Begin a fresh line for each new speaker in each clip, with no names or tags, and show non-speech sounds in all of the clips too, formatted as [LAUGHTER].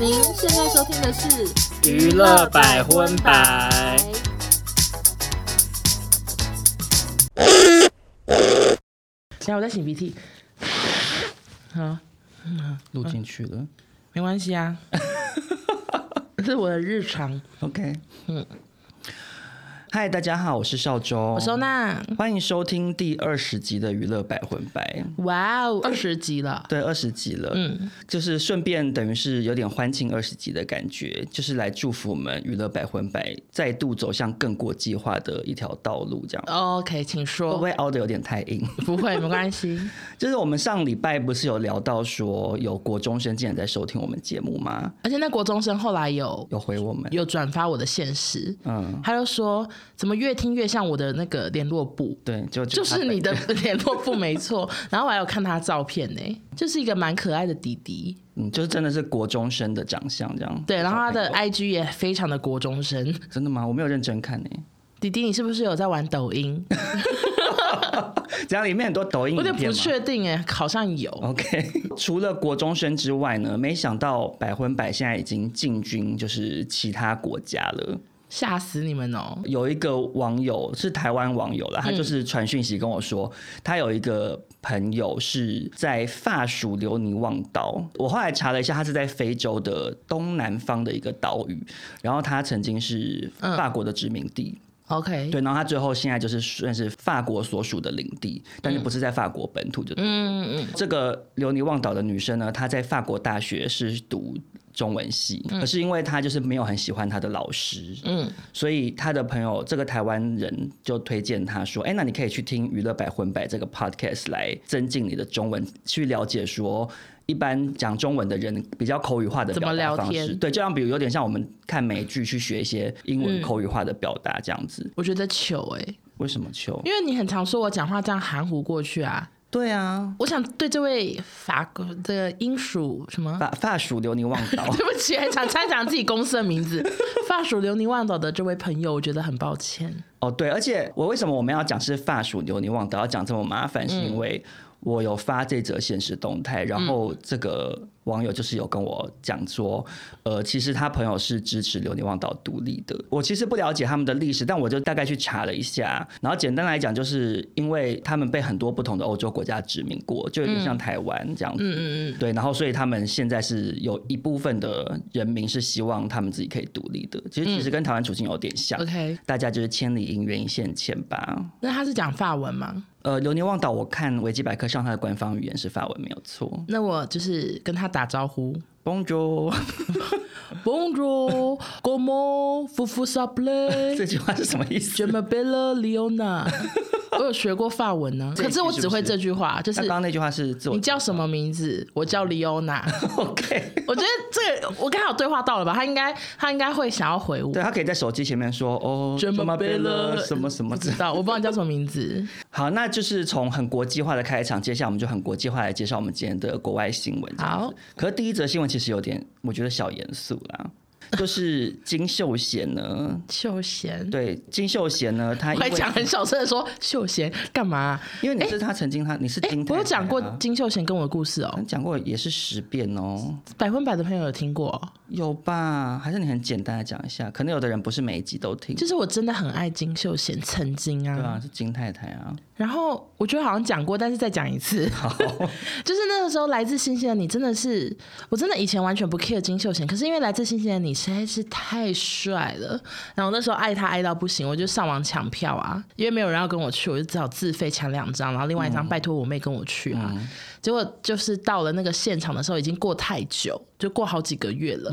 您现在收听的是《
娱乐百分百》。
现在我在擤鼻涕，好，
录进去了。
没关系啊， [LAUGHS] 哦这是我的日常。
OK，嗯，嗨，大家好，我是邵周，
我收纳，
欢迎收听第二十集的娱乐百分百。
哇哦，二十集了，
对，二十集了，嗯，就是顺便等于是有点欢庆二十集的感觉，就是来祝福我们娱乐百分百再度走向更国际化的一条道路，这样。
哦 OK，请
会不
说，
会凹的有点太硬？ [LAUGHS]
不会，没关系。
就是我们上礼拜不是有聊到说有国中生竟然在收听我们节目吗？
而且那国中生后来有
有回我们，
有转发我的现实，
嗯，
他就说怎么越听越像我的那个联络簿，
对，就
就是你的联络簿没 [LAUGHS] 错。然后我还有看他照片呢，就是一个蛮可爱的弟弟，
嗯，就是真的是国中生的长相这样。
对，然后他的
小朋友
IG 也非常的国中生。
真的吗？我没有认真看欸呢、
弟弟，你是不是有在玩抖音？
这样里面很多抖音
我有
影
点
片
不
吗
确定哎，好像有。
OK，除 [LAUGHS] 了国中生之外呢，没想到百分百现在已经进军就是其他国家了。
吓死你们哦！
有一个网友是台湾网友了，他
嗯
就是传讯息跟我说，他有一个朋友是在法属留尼旺岛。我后来查了一下，他是在非洲的东南方的一个岛屿，然后他曾经是
嗯
法国的殖民地。
OK，
对，然后他最后现在就是算是法国所属的领地，但是不是在法国本土就。
嗯嗯
这个留尼旺岛的女生呢，她在法国大学是读中文系，可是因为她就是没有很喜欢她的老师，
嗯，
所以她的朋友这个台湾人就推荐她说：“哎，那你可以去听《娱乐百分百》这个 podcast 来增进你的中文，去了解说。”一般讲中文的人比较口语化的
怎
表
么
达
聊
方式，
天
对，就像比如有点像我们看美剧去学一些英文
嗯
口语化的表达这样子。
我觉得糗哎、
为什么球？
因为你很常说我讲话这样含糊过去啊。
对啊，
我想对这位法国这个英属什么？
法法属留尼旺 [LAUGHS] 岛
[LAUGHS] 对不起，还想猜想自己公司的名 [LAUGHS] 字，法属留尼旺岛的这位朋友，我觉得很抱歉。
哦，对，而且我为什么我们要讲是法属留尼旺岛，要讲这么麻烦，是因为我有发这则现实动态，
嗯
然后这个网友就是有跟我讲说，呃，其实他朋友是支持留尼旺岛独立的。我其实不了解他们的历史，但我就大概去查了一下，然后简单来讲，就是因为他们被很多不同的欧洲国家殖民过，就有点像台湾这样子。
嗯嗯
对，然后所以他们现在是有一部分的人民是希望他们自己可以独立的，其实其实跟台湾处境有点像，
嗯，OK。
大家就是千里姻缘一线牵吧。
那他是讲法文吗？
呃，流年忘岛，我看维基百科上它的官方语言是法文，没有错。
那我就是跟他打招 [LAUGHS] 呼
Bonjour，
，Bonjour, comment vous vous [LAUGHS] appelez？
这句话是什么意思？
j a m a b e l l a [LAUGHS] Leona，我有学过法文呢、
这一
可
句
是我
是
只
不
会
是
这句话，就
那
是
刚刚那句话是自我
你叫什么名字？我叫 Leona。
[LAUGHS] OK，
我觉得这个我刚好对话到了吧？他应该他应该会想要回我。
对他可以在手机前面说哦，
j a m a b e l l a
什么什么
不
之
知道，我不知道你叫什么名字。
好，那就是从很国际化的开场，接下来我们就很国际化来介绍我们今天的国外新闻。
好，
可是第一则新闻其实有点，我觉得小严肃啦，就是金秀贤
[LAUGHS]
呢，
秀贤，
对啊金秀贤呢，他
我
因
还讲
为
很小声的说秀贤干嘛、啊
因为你是他曾经他你是
哎、
金太太啊、嗯
我有讲过金秀贤跟我的故事哦，
讲过也是十遍哦，
百分百的朋友有听过哦、
有吧？还是你很简单的讲一下，可能有的人不是每一集都听，
就是我真的很爱金秀贤，曾经
对啊，是金太太啊，
然后我觉得好像讲过，但是再讲一次， [LAUGHS] 就是那个时候来自星星的你真的是，我真的以前完全不 care 金秀贤，可是因为来自星星的你实在是太帅了，然后那时候爱他爱到不行，我就上网抢票啊，因为没有人要跟我去，我就只好自费抢两张，然后另外一
嗯
张拜托我妹跟我去啊，结果就是到了那个现场的时候已经过太久，就过好几个月了，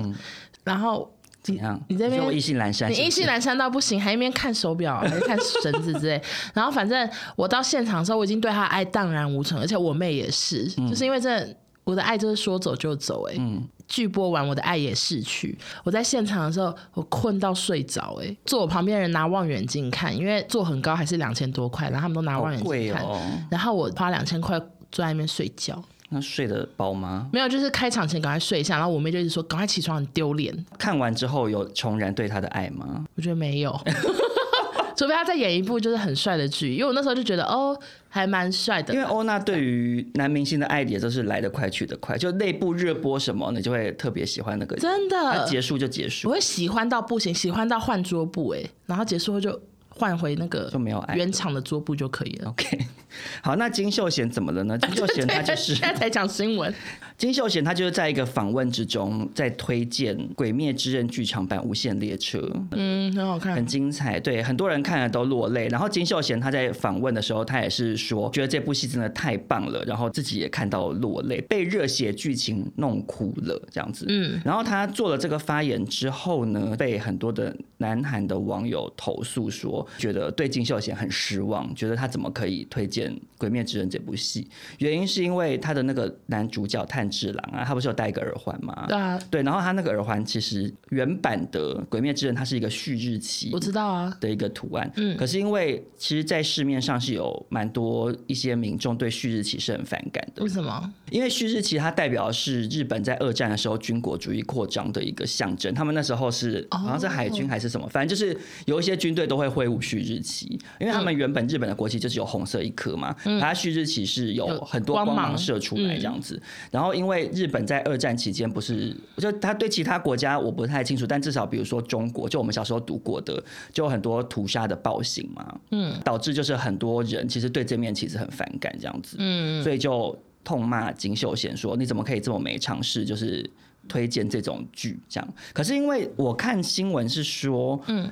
然后
嗯怎样？
你在那边
说我意兴阑珊
你
是不是，
意兴阑珊到不行，还一边看手表，还看绳子之类。然后反正我到现场的时候，我已经对他的爱荡然无存，而且我妹也是，
嗯
就是因为这我的爱就是说走就走、欸，哎、剧播完我的爱也逝去。我在现场的时候，我困到睡着，哎，坐我旁边的人拿望远镜看，因为坐很高还是两千多块，然后他们都拿望
好
远
贵
镜看，
哦，
然后我花两千块坐在那边睡觉。
那睡得饱吗？
没有，就是开场前赶快睡一下，然后我妹就一直说赶快起床，很丢脸。
看完之后有重燃对他的爱吗？
我觉得没有。 [LAUGHS] 除非他再演一部就是很帅的剧，因为我那时候就觉得哦，还蛮帅的
因。为欧娜对于男明星的爱也都是来得快去得快，就内部热播什么，你就会特别喜欢那个人。
真的
他结束就结
我
束，
会喜欢到不行，喜欢到换桌布哎、然后结束后就换回那个
就没有爱了
原厂的桌布就可以了。
OK，好，那金秀贤怎么了呢？金秀贤他就
对，
是
[LAUGHS] 现在才讲新闻，
金秀贤，他就是在一个访问之中在推荐《鬼灭之刃》剧场版《无限列车》，
嗯，很好看
很。精彩，对很多人看了都落泪。然后金秀贤他在访问的时候，他也是说，觉得这部戏真的太棒了，然后自己也看到落泪，被热血剧情弄哭了这样子。
嗯，
然后他做了这个发言之后呢，被很多的南韩的网友投诉说，觉得对金秀贤很失望，觉得他怎么可以推荐《鬼灭之刃》这部戏？原因是因为他的那个男主角炭治郎啊，他不是有戴一个耳环吗？
对啊，
对，然后他那个耳环其实原版的《鬼灭之刃》它是一个旭日旗
我知道啊，
的一个图案，
嗯
可是因为其实，在市面上是有蛮多一些民众对旭日旗是很反感的，
为什么？
因为旭日旗它代表的是日本在二战的时候军国主义扩张的一个象征，他们那时候是
哦
好像是海军还是什么，反正就是有一些军队都会挥舞旭日旗，因为他们原本日本的国旗就是有红色一颗嘛，
嗯
它旭日旗是有
有
很多
光
光
芒
芒射出来这样子。
嗯
然后因为日本在二战期间不是，就它对其他国家我不太清楚，但至少比如说中国，就我们小时候读过的，就有很多屠杀的暴行嘛，
嗯
导致就是很多人其实对这面旗子很反感这样子。
嗯，
所以就痛骂金秀贤说：“你怎么可以这么没尝试？就是推荐这种剧这样。”可是因为我看新闻是说，嗯
嗯。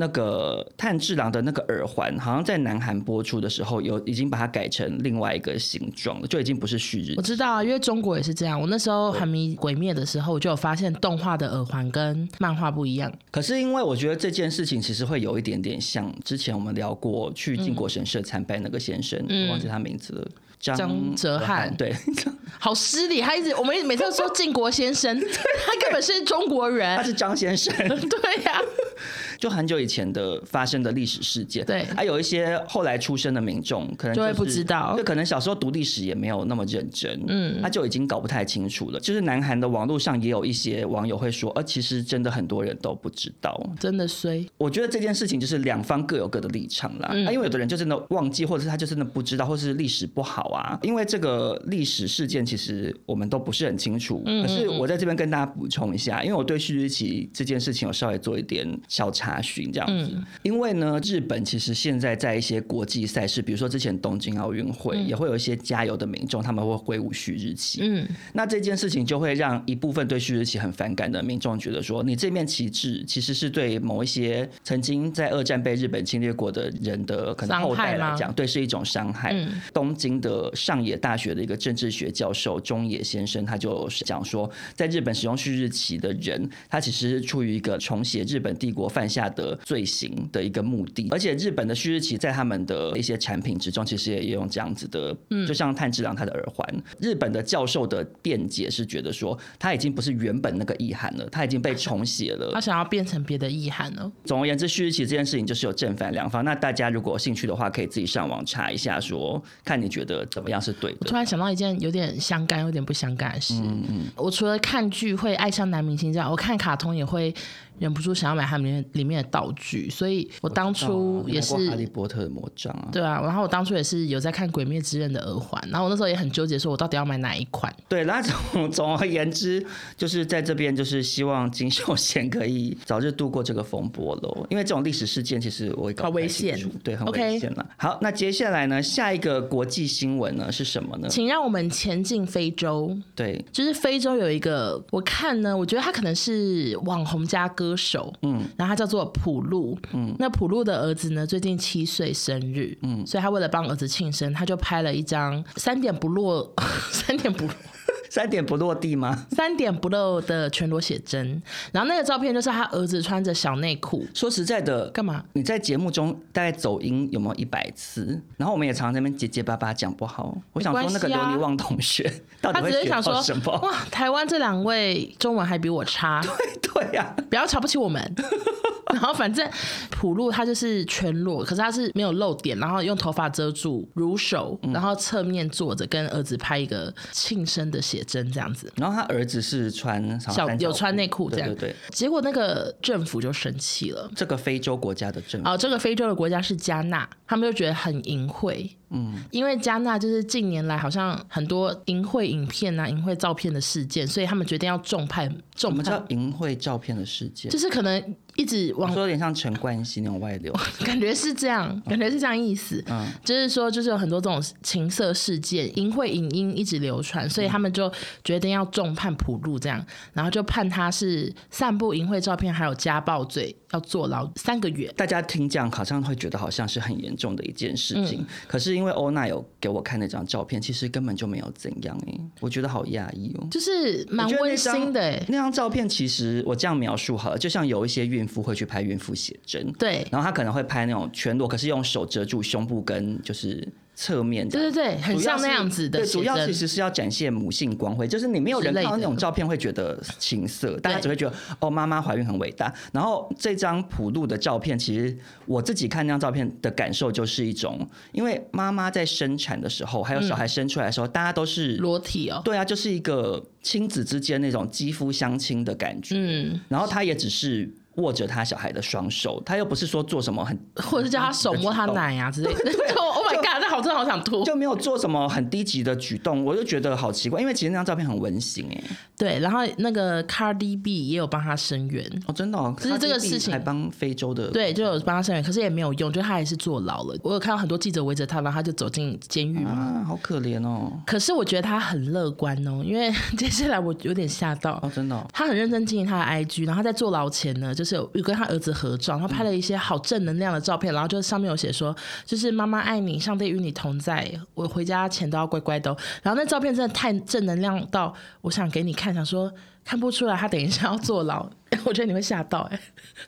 那个炭治郎的那个耳环，好像在南韩播出的时候有已经把它改成另外一个形状了，就已经不是旭日
我知道啊，因为中国也是这样。我那时候很迷《鬼灭》的时候，我就有发现动画的耳环跟漫画不一样。
可是因为我觉得这件事情其实会有一点点像之前我们聊过去靖国神社参拜那个先生，
嗯
我忘记他名字了，
张哲瀚
对， [LAUGHS]
好失礼，他一直我们每次都说靖国先
[LAUGHS]
生，他根本是中国
他 [LAUGHS]
人。
是张先生，
对呀、
就很久以前的发生的历史事件，
对
还、有一些后来出生的民众可能、
就会
是
不知道
就可能小时候读历史也没有那么认真，嗯
嗯，
他就已经搞不太清楚了。就是南韩的网络上也有一些网友会说，呃，其实真的很多人都不知道。
真的衰。
我觉得这件事情就是两方各有各的立场啦，啊，因为有的人就真的忘记，或者是他就真的不知道，或是历史不好啊。因为这个历史事件其实我们都不是很清楚，可是我在这边跟大家补充一下，因为我对旭日旗这件事情有稍微做一点小查询这样子。因为呢，日本其实现在在一些国际赛事，比如说之前东京奥运会，也会有一些加油的民众，他们会挥舞旭日旗，
嗯，
那这件事情就会让一部分对旭日旗很反感的民众觉得说，你这面旗帜其实是对某一些曾经在二战被日本侵略过的人的可能后代来
伤害嗯
讲，对是一种伤害。东京的上野大学的一个政治学教授中野先生，他就讲说，在日本使用旭日旗的人，他其实是出于一个重写日本帝国犯下的罪行的一个目的，而且日本的旭日旗在他们的一些产品之中，其实也也用这样子的，就像炭治郎他的耳环，日本的教授的辩解是觉得说，他已经不是原本那个意涵了，他已经被重写了
他。想要变成别的意涵哦。
总而言之，旭日旗这件事情就是有正反两方，那大家如果有兴趣的话，可以自己上网查一下说看你觉得怎么样是对
我
的
突。然想到一件有点相干、有点不相干的事。
嗯
我除了看剧会爱上男明星之外，我看卡通也会忍不住想要买他们里面里面的道具，所以我当初也是
啊你看哦过哈利波特的魔杖啊，
对啊，然后我当初也是有在看《鬼灭之刃》的耳环，然后我那时候也很纠结，说我到底要买哪一款。
对，那总 [LAUGHS] 总而言之，就是在这边，就是希望金秀贤可以早日度过这个风波喽。因为这种历史事件，其实我也搞不
好危
太清
险
楚对，很
OK
危险了。好，那接下来呢，下一个国际新闻呢是什么呢？
请让我们前进非洲。
对，
就是非洲有一个，我看呢，我觉得他可能是网红加歌手，嗯，然后他叫做普路，嗯，那普路的儿子呢，最近七岁生日，嗯，所以他为了帮儿子庆生，他就拍了一张三点不落， [LAUGHS] 三点不落。
三点不落地吗？
三点不露的全裸写真，然后那个照片就是他儿子穿着小内裤，
说实在的，
干嘛？
你在节目中大概走音有没有一百次？然后我们也常常在那边结结巴巴讲不好。我想说，那个
没
琉
关系啊
璃旺同学 [LAUGHS] 到底
他
会
只是
学
想
到
说
什，么？
哇，台湾这两位中文还比我差，
对呀、啊 [LAUGHS]
不要瞧不起我们。然后反正普路他就是全裸，可是他是没有露点，然后用头发遮住乳手，
嗯
然后侧面坐着跟儿子拍一个庆生的写真这样子。
然后他儿子是穿长
小
衫
有
脚
穿内裤这样，
对对对，
结果那个政府就生气了。
这个非洲国家的政府，
哦，这个非洲的国家是加纳，他们就觉得很淫秽，嗯，因为加纳就是近年来好像很多淫秽影片啊、淫秽照片的事件，所以他们决定要重判
我
重
们叫
判，
淫秽照片的世界，
就是可能一直
我
往
说有点像陈冠希那种外
[LAUGHS]
流， [LAUGHS]
感觉是这样，
哦
感觉是这样意思。
嗯
就是说，就是有很多这种情色事件、淫秽影音一直流传，
嗯
所以他们就决定要重判普路这样，然后就判他是散布淫秽照片还有家暴罪，要坐牢三个月。
大家听讲好像会觉得好像是很严重的一件事
嗯
情，可是因为欧娜有给我看那张照片，其实根本就没有怎样哎、我觉得好压抑哦。
就是蛮
我觉得那
温
张
馨的、欸，
那张照片其实我这样描述好了，就像有一些孕妇会去拍孕妇写真，
对，
然后她可能会拍那种全裸，可是用手遮住胸部跟就是侧面这样
对对对，很
主要
像
是
那样子的
对，
写
主要其
真。
实是要展现母性光辉，就是你没有人
之类
看
的
到那种照片会觉得情色，大家只会觉得哦，妈妈怀孕很伟大。然后这张普路的照片，其实我自己看那张照片的感受就是一种，因为妈妈在生产的时候，还有小孩生出来的时候，大家都是
嗯裸体哦，
对啊，就是一个亲子之间那种肌肤相亲的感觉。
嗯，
然后他也只是握着他小孩的双手，他又不是说做什么很
或者是叫他手摸他奶啊之类的。 [LAUGHS] 就 Oh my god，那好真的好想吐。
就没有做什么很低级的举动，我就觉得好奇怪，因为其实那张照片很温馨哎、
对，然后那个 Cardi B 也有帮他声援，
哦，真的、哦，
就是这个
Cardi B
事情
还帮非洲的
对，就有帮他声援，可是也没有用，就他还是坐牢了。我有看到很多记者围着他，然后他就走进监狱嘛。
啊，好可怜哦，
可是我觉得他很乐观哦，因为 [LAUGHS] 接下来我有点吓到
哦，。真的、哦，
他很认真经营他的 IG，然后他在坐牢前呢，就是有有跟他儿子合照，他拍了一些好正能量的照片，然后就上面有写说，就是妈妈爱你，上帝与你同在，我回家前都要乖乖的哦、然后那照片真的太正能量到，我想给你看，想说看不出来他等一下要坐牢， [LAUGHS] 我觉得你会吓到哎、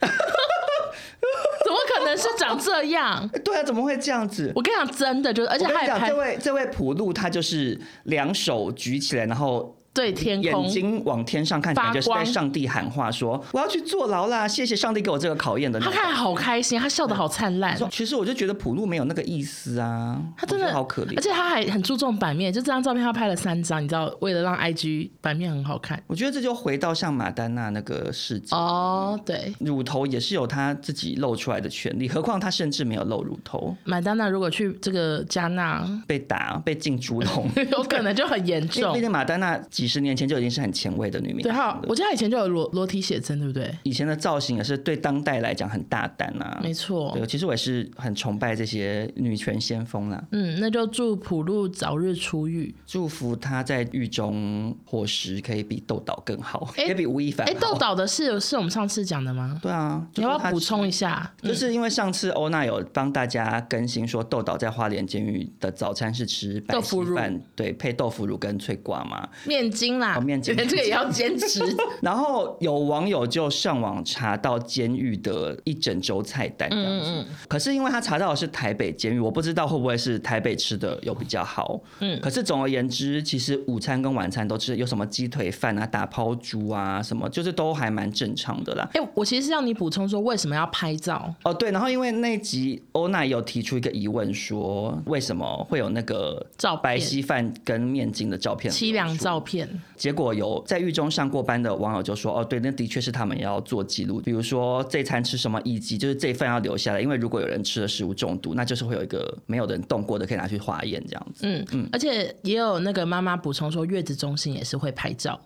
[LAUGHS] 怎么可能是长这样？
对啊，怎么会这样子？
我跟你讲，真的就是，而且
我跟
他
你
还
讲，
拍
这位这位普路他就是两手举起来，然后
对天
眼
空，
睛往天上看，
发
感觉是在
光
上帝喊话说：“我要去坐牢啦，谢谢上帝给我这个考验的。”
他看得好开心，他笑得好灿烂。
说其实我就觉得普路没有那个意思啊，
他真
我觉
的
得好可怜
而。且他还很注重版面，就这张照片他拍了三张，你知道，为了让 IG 版面很好看。
我觉得这就回到像马丹娜那个事件，
哦，对，
乳头也是有她自己露出来的权利，何况她甚至没有露乳头，
麦当娜如果去这个加纳， [LAUGHS]
被打被进猪笼。
有可能就很严
因为毕
重。
竟马丹娜几十年前就已经是很前卫的女明
哦对，
星
还有
了，
我记得她以前就有裸裸体写真，对不对？
以前的造型也是对当代来讲很大胆啊。
没错
对，。其实我也是很崇拜这些女权先锋啦，
嗯，那就祝普路早日出狱。
祝福她在狱中伙食可以比豆岛更好，
诶
也比吴亦凡
哎，
好
豆。岛的是是我们上次讲的吗？
对啊，
你要不要补
充？
充一下？嗯
就是因为上次欧娜有帮大家更新说，豆岛在花莲监狱的早餐是吃白
豆腐
稀
乳
饭，对，配豆腐乳跟脆瓜嘛。
面筋啦，
哦面筋
[LAUGHS] 这个也要坚
[LAUGHS]
持。
然后有网友就上网查到监狱的一整周菜单这样子，
嗯
可是因为他查到的是台北监狱，我不知道会不会是台北吃的有比较好。嗯，可是总而言之，其实午餐跟晚餐都吃，有什么鸡腿饭啊、打抛猪啊什么，就是都还蛮正常的啦。
哎，我其实是让你补充说为什么要拍照？
哦，对，然后因为那一集欧娜有提出一个疑问说，为什么会有那个
照片
白稀饭跟面筋的照片？
凄凉。照片，
结果有在狱中上过班的网友就说，哦，对，那的确是他们要做记录，比如说这餐吃什么，以及就是这份要留下来，因为如果有人吃了食物中毒，那就是会有一个没有人动过的可以拿去化验这样子。
嗯嗯，而且也有那个妈妈补充说，月子中心也是会拍照。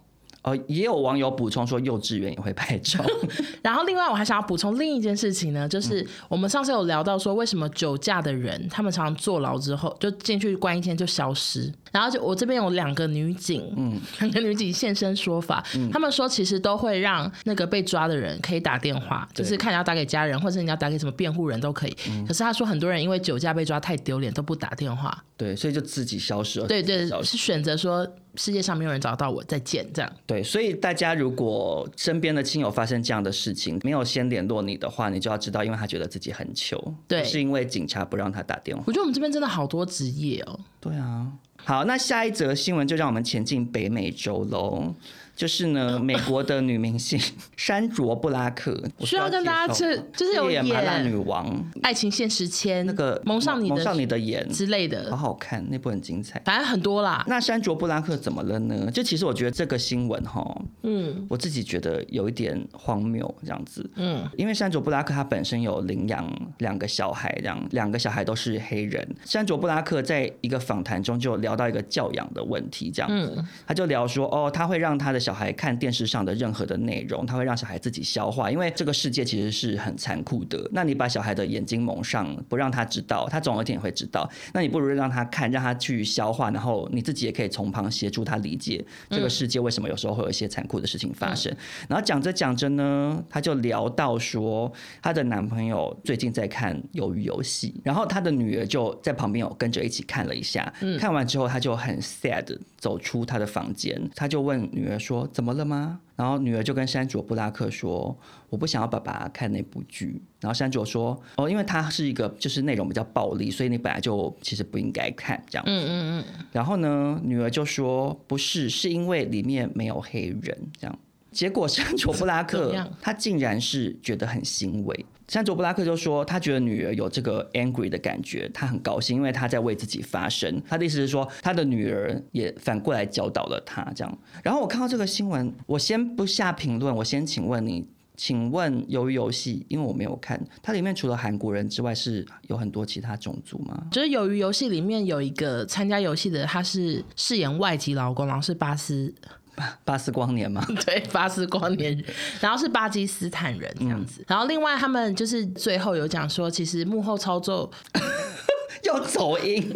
哦，也有网友补充说，幼稚园也会拍照。 [LAUGHS]
然后另外我还想要补充另一件事情呢，
嗯
就是我们上次有聊到说，为什么酒驾的人他们常常坐牢之后就进去关一天就消失。然后就我这边有两个女警，嗯，两个女警现身说法，
嗯
他们说其实都会让那个被抓的人可以打电话，就是看你要打给家人，或者你要打给什么辩护人都可以。
嗯
可是他说很多人因为酒驾被抓太丢脸，都不打电话。
对，所以就自己消失了。
对对，
消失
是选择说世界上没有人找到我，再见这样。
对，所以大家如果身边的亲友发生这样的事情，没有先联络你的话，你就要知道，因为他觉得自己很糗，
对
不是因为警察不让他打电话。
我觉得我们这边真的好多职业哦，
对啊。好，那下一则新闻就让我们前进北美洲喽。就是呢，美国的女明星 [LAUGHS] 山卓布拉克，我
需要跟
介
大家
绍
这
吗
就是有
演麻辣
演
女王
爱情限时签》
那个
蒙上你
蒙上
的
你的眼，
之类的
好，好看，那部很精彩。
反正很多啦。
那山卓布拉克怎么了呢？就其实我觉得这个新闻哈，
嗯
我自己觉得有一点荒谬这样子。
嗯，
因为山卓布拉克他本身有领养两个小孩，这样两个小孩都是黑人。山卓布拉克在一个访谈中就聊到一个教养的问题，这样
嗯
子，他就聊说，哦，他会让他的小孩看电视上的任何的内容，他会让小孩自己消化，因为这个世界其实是很残酷的。那你把小孩的眼睛蒙上，不让他知道，他总有一天也会知道。那你不如让他看，让他去消化，然后你自己也可以从旁协助他理解这个世界为什么有时候会有一些残酷的事情发生。然后讲着讲着呢，她就聊到说，她的男朋友最近在看《鱿鱼游戏》，然后她的女儿就在旁边有跟着一起看了一下。看完之后，她就很 sad 走出她的房间，她就问女儿说：“怎么了吗？”然后女儿就跟山卓布拉克说：“我不想要爸爸看那部剧。”然后山卓说：“哦，因为它是一个就是内容比较暴力，所以你本来就其实不应该看这样。”嗯嗯嗯。然后呢，女儿就说：“不是，是因为里面没有黑人这样。”结果山卓布拉
怎么
克
样
他竟然是觉得很欣慰。山卓布拉克就说，他觉得女儿有这个 angry 的感觉，他很高兴，因为他在为自己发声。他的意思是说，他的女儿也反过来教导了他这样。然后我看到这个新闻，我先不下评论，我先请问你，请问《鱿鱼游戏》，因为我没有看，它里面除了韩国人之外，是有很多其他种族吗？
就是由于游戏里面有一个参加游戏的，他是饰演外籍劳工，然后是巴斯
巴斯光年吗？
[LAUGHS]
[LAUGHS]
对，巴斯光年人，然后是巴基斯坦人这样子。
嗯
然后另外他们就是最后有讲说，其实幕后操作
要走音。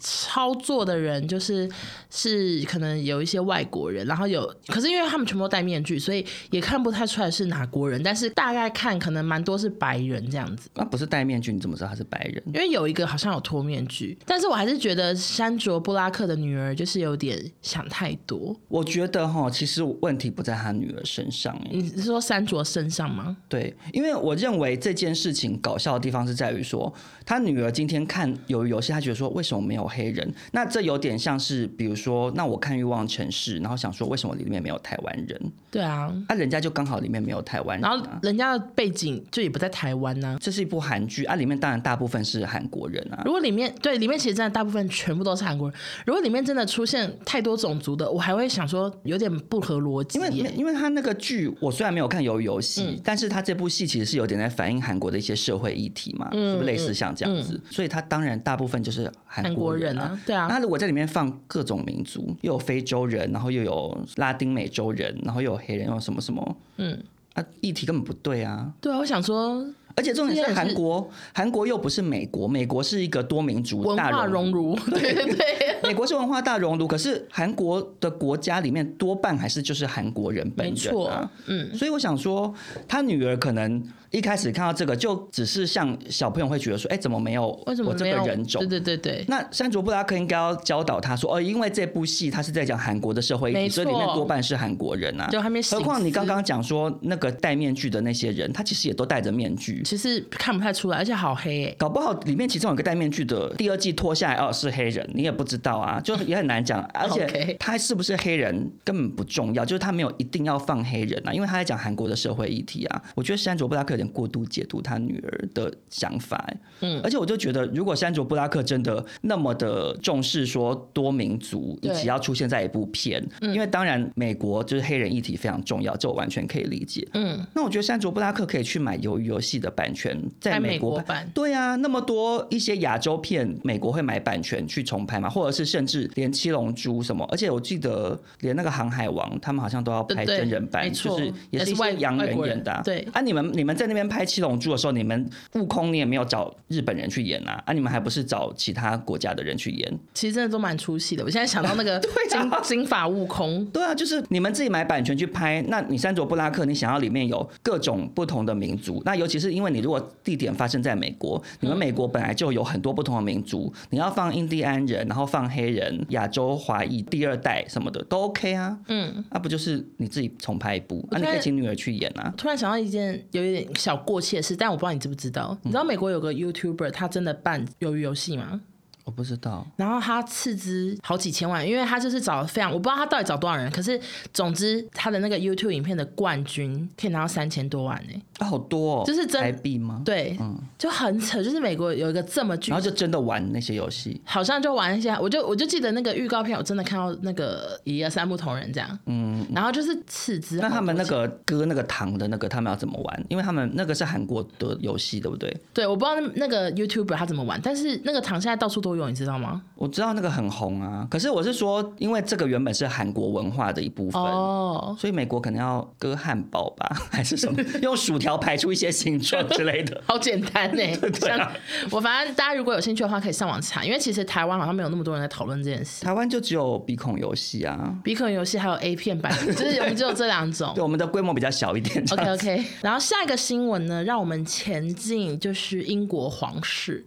操作的人就是是可能有一些外国人，然后有可是因为他们全部都戴面具，所以也看不太出来是哪国人，但是大概看可能蛮多是白人这样子。
那、啊不是戴面具，你怎么知道他是白人？
因为有一个好像有脱面具，但是我还是觉得山卓布拉克的女儿就是有点想太多。
我觉得哈，其实问题不在他女儿身上，哎
你是说山卓身上吗？
对，因为我认为这件事情搞笑的地方是在于说，他女儿今天看有游戏，她觉得说为什么没有黑人？那这有点像是，比如说，那我看《欲望城市》，然后想说为什么里面没有台湾人？
对啊，
啊，人家就刚好里面没有台湾人、
然
啊，
后人家的背景就也不在台湾呐、
这是一部韩剧啊，里面当然大部分是韩国人啊。
如果里面对里面其实真的大部分全部都是韩国人，如果里面真的出现太多种族的，我还会想说有点不合逻辑
因为
耶。
因为他那个剧，我虽然没有看《鱿鱼游戏》
嗯
但是他这部戏其实是有点在反映韩国的一些社会议题嘛，
嗯
是不是类似像这样子？所以他当然大部分就是韩
韩国
国人
人
啊。
啊，对啊，
那如果在里面放各种民族，又有非洲人，然后又有拉丁美洲人，然后又有黑人，又有什么什么，
嗯，
啊，议题根本不对啊！
对啊，我想说
而且重
这
点是
啊也是
韩国，韩国又不是美国，美国是一个多民族
文
大
化
融
熔
炉，
炉，对对对，
美国是文化大熔炉，可是韩国的国家里面多半还是就是韩国人 [LAUGHS] 本
没
人
错
啊。，
嗯，
所以我想说，他女儿可能一开始看到这个，就只是像小朋友会觉得说，哎、怎么没有
为什
我
么
这
没
个
有
人种？
对对对对，
那山卓布拉克应该要教导他说，哦，因为这部戏他是在讲韩国的社会议题，
没
所
错
以里面多半是韩国人啊。
就还没醒
何
思。
况你刚刚讲说那个戴面具的那些人，他其实也都戴着面具，
其实看不太出来，而且好黑欸耶。
搞不好里面其中有一个戴面具的，第二季脱下来哦是黑人，你也不知道
[LAUGHS]
啊，就也很难讲。而且
OK
他是不是黑人根本不重要，就是他没有一定要放黑人啊，因为他在讲韩国的社会议题啊。我觉得山卓布拉克有点过度解读他女儿的想法、嗯，而且我就觉得，如果山卓布拉克真的那么的重视说多民族一
对嗯
起要出现在一部片，因为当然美国就是黑人议题非常重要，这我完全可以理解。
嗯，
那我觉得山卓布拉克可以去买《鱿鱼游戏》的版权，在
在
美
美
国
国
版。
版，
对啊，那么多一些亚洲片，美国会买版权去重拍嘛，或者是甚至连《七龙珠》什么，而且我记得连那个《航海王》，他们好像都要拍
呃对对
真人版，
没
就
错
是
也
也是
是
一
外
些洋
外
人
国人
演的、啊。
对
啊，你们你们在那边拍《七龙珠》的时候，你们悟空你也没有找日本人去演啊，啊，你们还不是找其他国家的人去演？
其实真的都蛮出戏的。我现在想到那
[LAUGHS]
个金、
啊
金发悟空，
对啊，就是你们自己买版权去拍，那你山卓布拉克，你想要里面有各种不同的民族，那尤其是因为你如果地点发生在美国，你们美国本来就有很多不同的民族，你要放印第安人，然后放黑人、亚洲华裔、第二代什么的都 OK 啊，
嗯，
那、不就是你自己重拍一部，那、
我突
你
然
可以请女儿去演啊。
突然想到一件有一点
嗯
小过气的事，但我不知道你知不知道。你知道美国有个 YouTuber 他真的办鱿鱼游戏吗？
我哦不知道，
然后他斥资好几千万，因为他就是找非常，我不知道他到底找多少人，可是总之他的那个 YouTube 影片的冠军可以拿到三千多万呢、
啊，好多、哦，
就是真
台币吗？，嗯
对，就很扯，就是美国有一个这么巨
然后就真的玩那些游戏，
好像就玩一下，我就我就记得那个预告片，我真的看到那个一二三不同人这样，嗯，然后就是斥资好多
那
钱，
他们那个割那个糖的那个，他们要怎么玩？因为他们那个是韩国的游戏，对不对？
对，我不知道那那个 YouTuber 他怎么玩，但是那个糖现在到处都有，你知道吗？
我知道那个很红啊，可是我是说，因为这个原本是韩国文化的一部分。
哦，
所以美国可能要割汉堡吧， [LAUGHS] 还是什么？用薯条排出一些形状之类的。
好简单呢、
[LAUGHS] 对啊
像我反正大家如果有兴趣的话，可以上网查，因为其实台湾好像没有那么多人在讨论这件事。
台湾就只有鼻孔游戏啊，
比可游戏还有 A 片版，就是我们只有这两种
[LAUGHS] 对，。我们的规模比较小一点。这
OK
样
OK，然后下一个新闻呢，让我们前进就是英国皇室。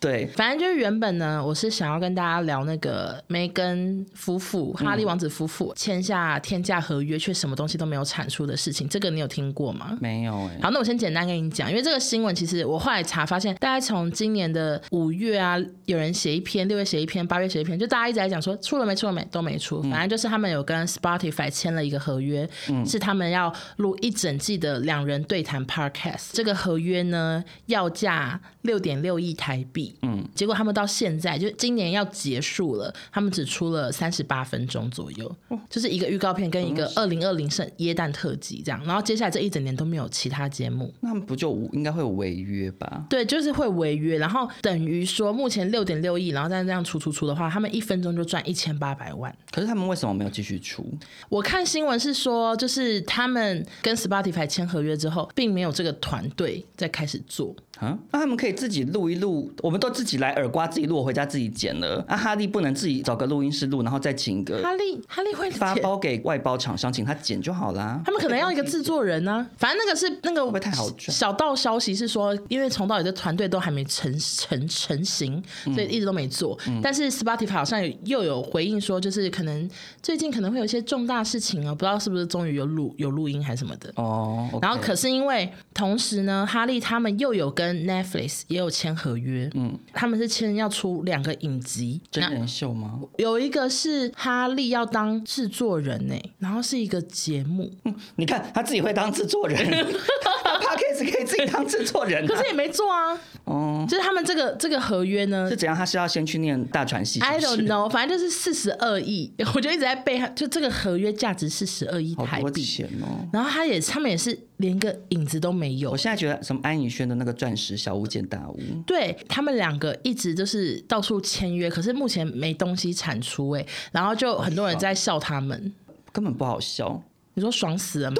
对，
反正就是原本呢，我是想要跟大家聊那个梅根夫妇、哈利王子夫妇签下天价合约，却什么东西都没有产出的事情。这个你有听过吗？
没有哎、
好，那我先简单跟你讲，因为这个新闻其实我后来查发现，大概从今年的五月啊，有人写一篇，六月写一篇，八月写一篇，就大家一直在讲说出了没出了没都没出，反正就是他们有跟 Spotify 签了一个合约，是他们要录一整季的两人对谈 Podcast。这个合约呢，要价六点六亿台币，嗯，结果他们到现在就今年要结束了，他们只出了三十八分钟左右，就是一个预告片跟一个二零二零圣耶诞特辑这样，然后接下来这一整年都没有其他节目。
那不就无应该会有违约吧？
对，就是会违约，然后等于说目前六点六亿，然后再这样出出出的话，他们一分钟就赚一千八百万。
可是他们为什么没有继续出？
我看新闻是说，就是他们跟 Spotify 签合约之后，并没有这个团队在开始做。
啊，那他们可以自己录一录，我们都自己来耳瓜自己录，我回家自己剪了。啊，哈利不能自己找个录音室录，然后再请一个
哈利，哈利会
发
剪
包给外包厂商，请他剪就好啦。
他们可能要一个制作人呢、反正那个是那个
不会太好赚
小道消息是说，因为从到有的团队都还没成成成型，
嗯
所以一直都没做。但是 Spotify 好像有又有回应说，就是可能最近可能会有一些重大事情啊，不知道是不是终于有录有录音还是什么的。
哦，OK，
然后可是因为同时呢，哈利他们又有跟 Netflix 也有签合约，嗯，他们是签要出两个影集，
真
那
人秀吗？
有一个是哈利要当制作人呢、然后是一个节目，
你看他自己会当制作人
[LAUGHS]
他 p a c k a g e 可以自己当制作人、
可
啊
是。也没做啊。
哦，
就是他们这个这个合约呢
是怎样？他是要先去念大传系是不
，I
是
don't know，反正就是四十二亿， [LAUGHS] 我就一直在背它，就这个合约价值四十二亿
好
台
多
币。
钱哦。
然后他也他们也是连个影子都没有
我，现在觉得什么安以轩的那个钻石小巫见大巫，
对他们两个一直就是到处签约，可是目前没东西产出哎、然后就很多人在笑他们，
根本不好笑。
你说爽死了吗？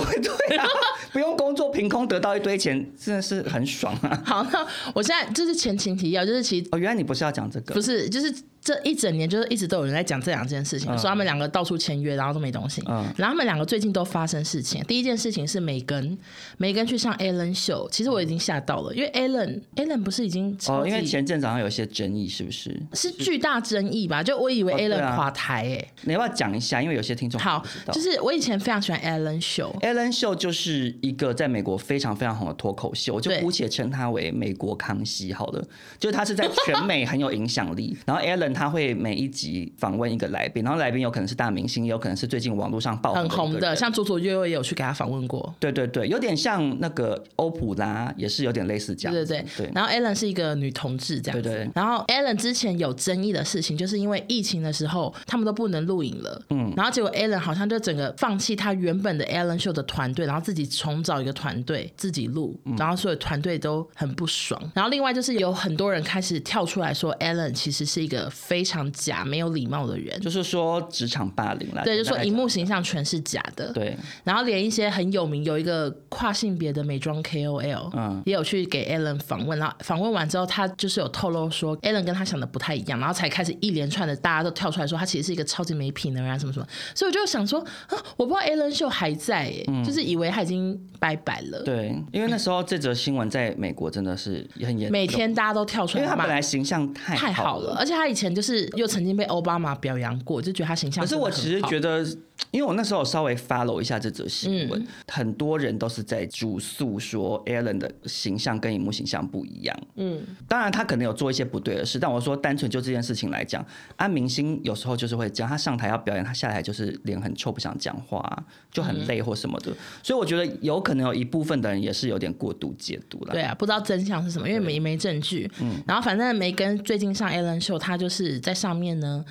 对啊，不用工作，凭空得到一堆钱，真的是很爽啊！
好，那我现在就是前情提要，就是其实
哦，原来你不是要讲这个
不，是，就是这一整年就是一直都有人在讲这两件事
嗯
情，说他们两个到处签约，然后都没东西。然后他们两个最近都发生事情。第一件事情是梅根，梅根去上 Ellen 秀，其实我已经吓到了，因为 Ellen Ellen 不是已经超
哦，
级
因为前阵子好像有一些争议，是不是？
是巨大争议吧？就我以为
哦对
Ellen
啊
垮台哎、
你要不要讲一下？因为有些听众
好
不知，道哦
就是我以前非常喜欢 Ellen 秀，
Ellen Show 就是一个在美国非常非常红的脱口秀，我就
对
姑且称它为美国康熙好了。就是它是在全美很有影
[LAUGHS]
响力。然后 Ellen 他会每一集访问一个来宾，然后来宾有可能是大明星，也有可能是最近网络上爆
很
一
红
个
的，
人
像佐佐月月也有去给他访问过。
对对对，有点像那个欧普拉，也是有点类似这样
对
子。
对对
对，
然后 Ellen 是一个女同志这样子。
对对
然后 Ellen 之前有争议的事情，就是因为疫情的时候，他们都不能录影了。嗯。然后结果 Ellen 好像就整个放弃他原本的 Ellen Show 的团队，然后自己重找一个团队自己录，
嗯
然后所有团队都很不爽。然后另外就是有很多人开始跳出来说，Ellen 其实是一个非常假、没有礼貌的人。
就是说职场霸凌啦。
对，就
简单
说
来
荧
讲
幕形象全是假的。
对，
然后连一些很有名有一个跨性别的美妆 KOL，嗯，也有去给 Ellen 访问，然后访问完之后，他就是有透露说 Ellen 跟他想的不太一样，然后才开始一连串的大家都跳出来说他其实是一个超级没品的人啊什么什么，所以我就想说啊，我不知道 Ellen 秀还在、欸，就是以为他已经拜拜了，
嗯对，因为那时候这则新闻在美国真的是也很严重，
每天大家都跳出
因
来
为
骂，
他本来形象太
太好了，而且他以前就是又曾经被奥巴马表扬过，就觉得他形象
可是我
真的
其
很
实
好
觉得，因为我那时候稍微 follow 一下这则新
嗯
闻，很多人都是在主诉说 Alan 的形象跟荧幕形象不一样。嗯，当然他可能有做一些不对的事，但我说单纯就这件事情来讲，按、明星有时候就是会这样，他上台要表演，他下台就是脸很臭，不想讲话、啊就
嗯
很累或什么的。所以我觉得有可能有一部分的人也是有点过度解读了。
对啊，不知道真相是什么，因为没没证据。
嗯
然后反正梅根最近上 Ellen Show，她就是在上面呢。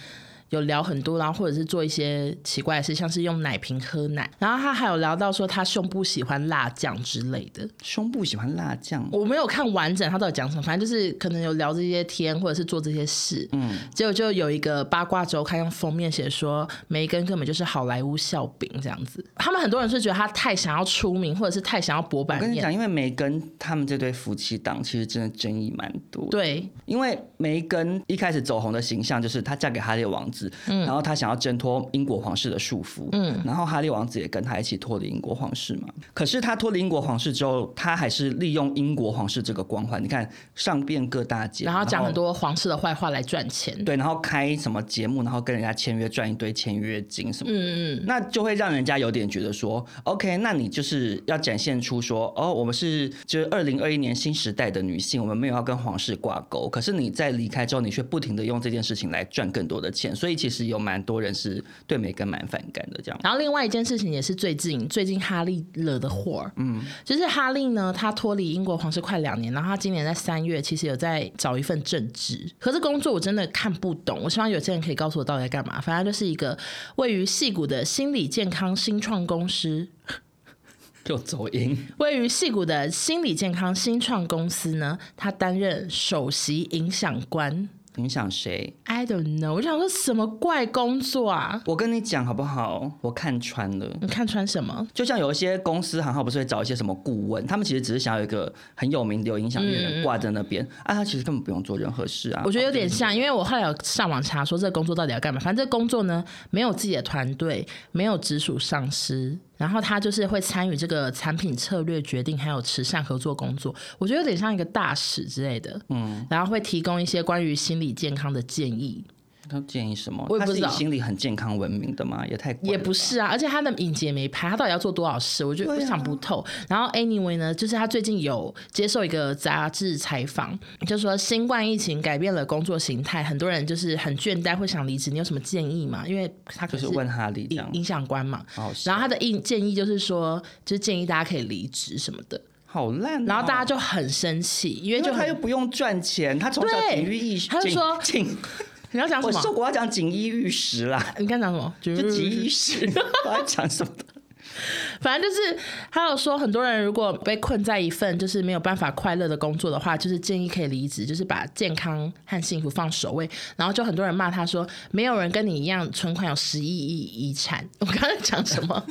有聊很多，然后或者是做一些奇怪的事，像是用奶瓶喝奶。然后她还有聊到说她胸部喜欢辣酱之类的。
胸部喜欢辣酱，
我没有看完整她到底讲什么，反正就是可能有聊这些天，或者是做这些事。嗯，结果就有一个八卦周刊用封面写说梅根根本就是好莱坞笑柄这样子。他们很多人是觉得她太想要出名，或者是太想要博
我
版
跟你
面。
讲，因为梅根他们这对夫妻档其实真的争议蛮多的。
对，
因为梅根一开始走红的形象就是她嫁给哈利王子，
嗯
然后她想要挣脱英国皇室的束缚，然后哈利王子也跟她一起脱离英国皇室嘛。可是她脱离英国皇室之后，她还是利用英国皇室这个光环，你看上遍各大节，
然后讲很。多皇室的坏话来赚钱。
对，然后开什么节目，然后跟人家签约赚一堆签约金什么的
嗯嗯，
那就会让人家有点觉得说，OK，那你就是要展现出说，哦，我们是就是二零二一年新时代的女性，我们没有要跟皇室挂钩。可是你在离开之后，你却不停的用这件事情来赚更多的钱，所以其实有蛮多人是对梅根蛮反感的这样。
然后另外一件事情也是最近最近哈利惹的祸儿，嗯，就是哈利呢，他脱离英国皇室快两年，然后他今年在三月其实有在找一份正职，可是工作我真的看不懂，我希望有些人可以告诉我到底在干嘛。反正就是一个位于戏谷的心理健康新创公司，
又走音，
位于戏谷的心理健康新创公司呢，他担任首席影响官。
影响谁？
I don't know，我想说什么怪工作啊？
我跟你讲好不好？我看穿了。
你看穿什么？
就像有一些公司行号不是会找一些什么顾问，他们其实只是想要有一个很有名、有影响力的人挂在那边、啊，他其实根本不用做任何事啊。
嗯我觉得有点像，因为我后来有上网查说这个工作到底要干嘛。反正这个工作呢，没有自己的团队，没有直属上司，然后他就是会参与这个产品策略决定，还有慈善合作工作。我觉得有点像一个大使之类的，嗯，然后会提供一些关于心理健康的建议。
他建议什么？
我也
他
不
是
知
以
道
心理很健康闻名的吗？也太怪
也
了
不
吧啊
是啊，而且他的影集也没拍，他到底要做多少事，我觉得我想不透。然后 anyway 呢，就是他最近有接受一个杂志采访，就说新冠疫情改变了工作形态，很多人就是很倦怠，会想离职。你有什么建议吗？因为他可
就是是问哈利这
影
样，
影响官嘛，
好
然后他的意建议就是说，就是建议大家可以离职什么的，
好烂哦、
然后大家就很生气，因为
因
就
为他
很
又不用赚钱，他从小
对
锦衣玉食，
他就
锦
说
锦，
你要讲什
我受
么？嗯
过要讲锦衣玉食啦，
你刚讲什么？就
就锦衣玉食，我要
[LAUGHS]
讲什么的？
反正就是，还有说很多人如果被困在一份就是没有办法快乐的工作的话，就是建议可以离职，就是把健康和幸福放首位。然后就很多人骂他说，没有人跟你一样存款有十亿亿遗产。 [LAUGHS] 我刚才讲什
[LAUGHS]
么？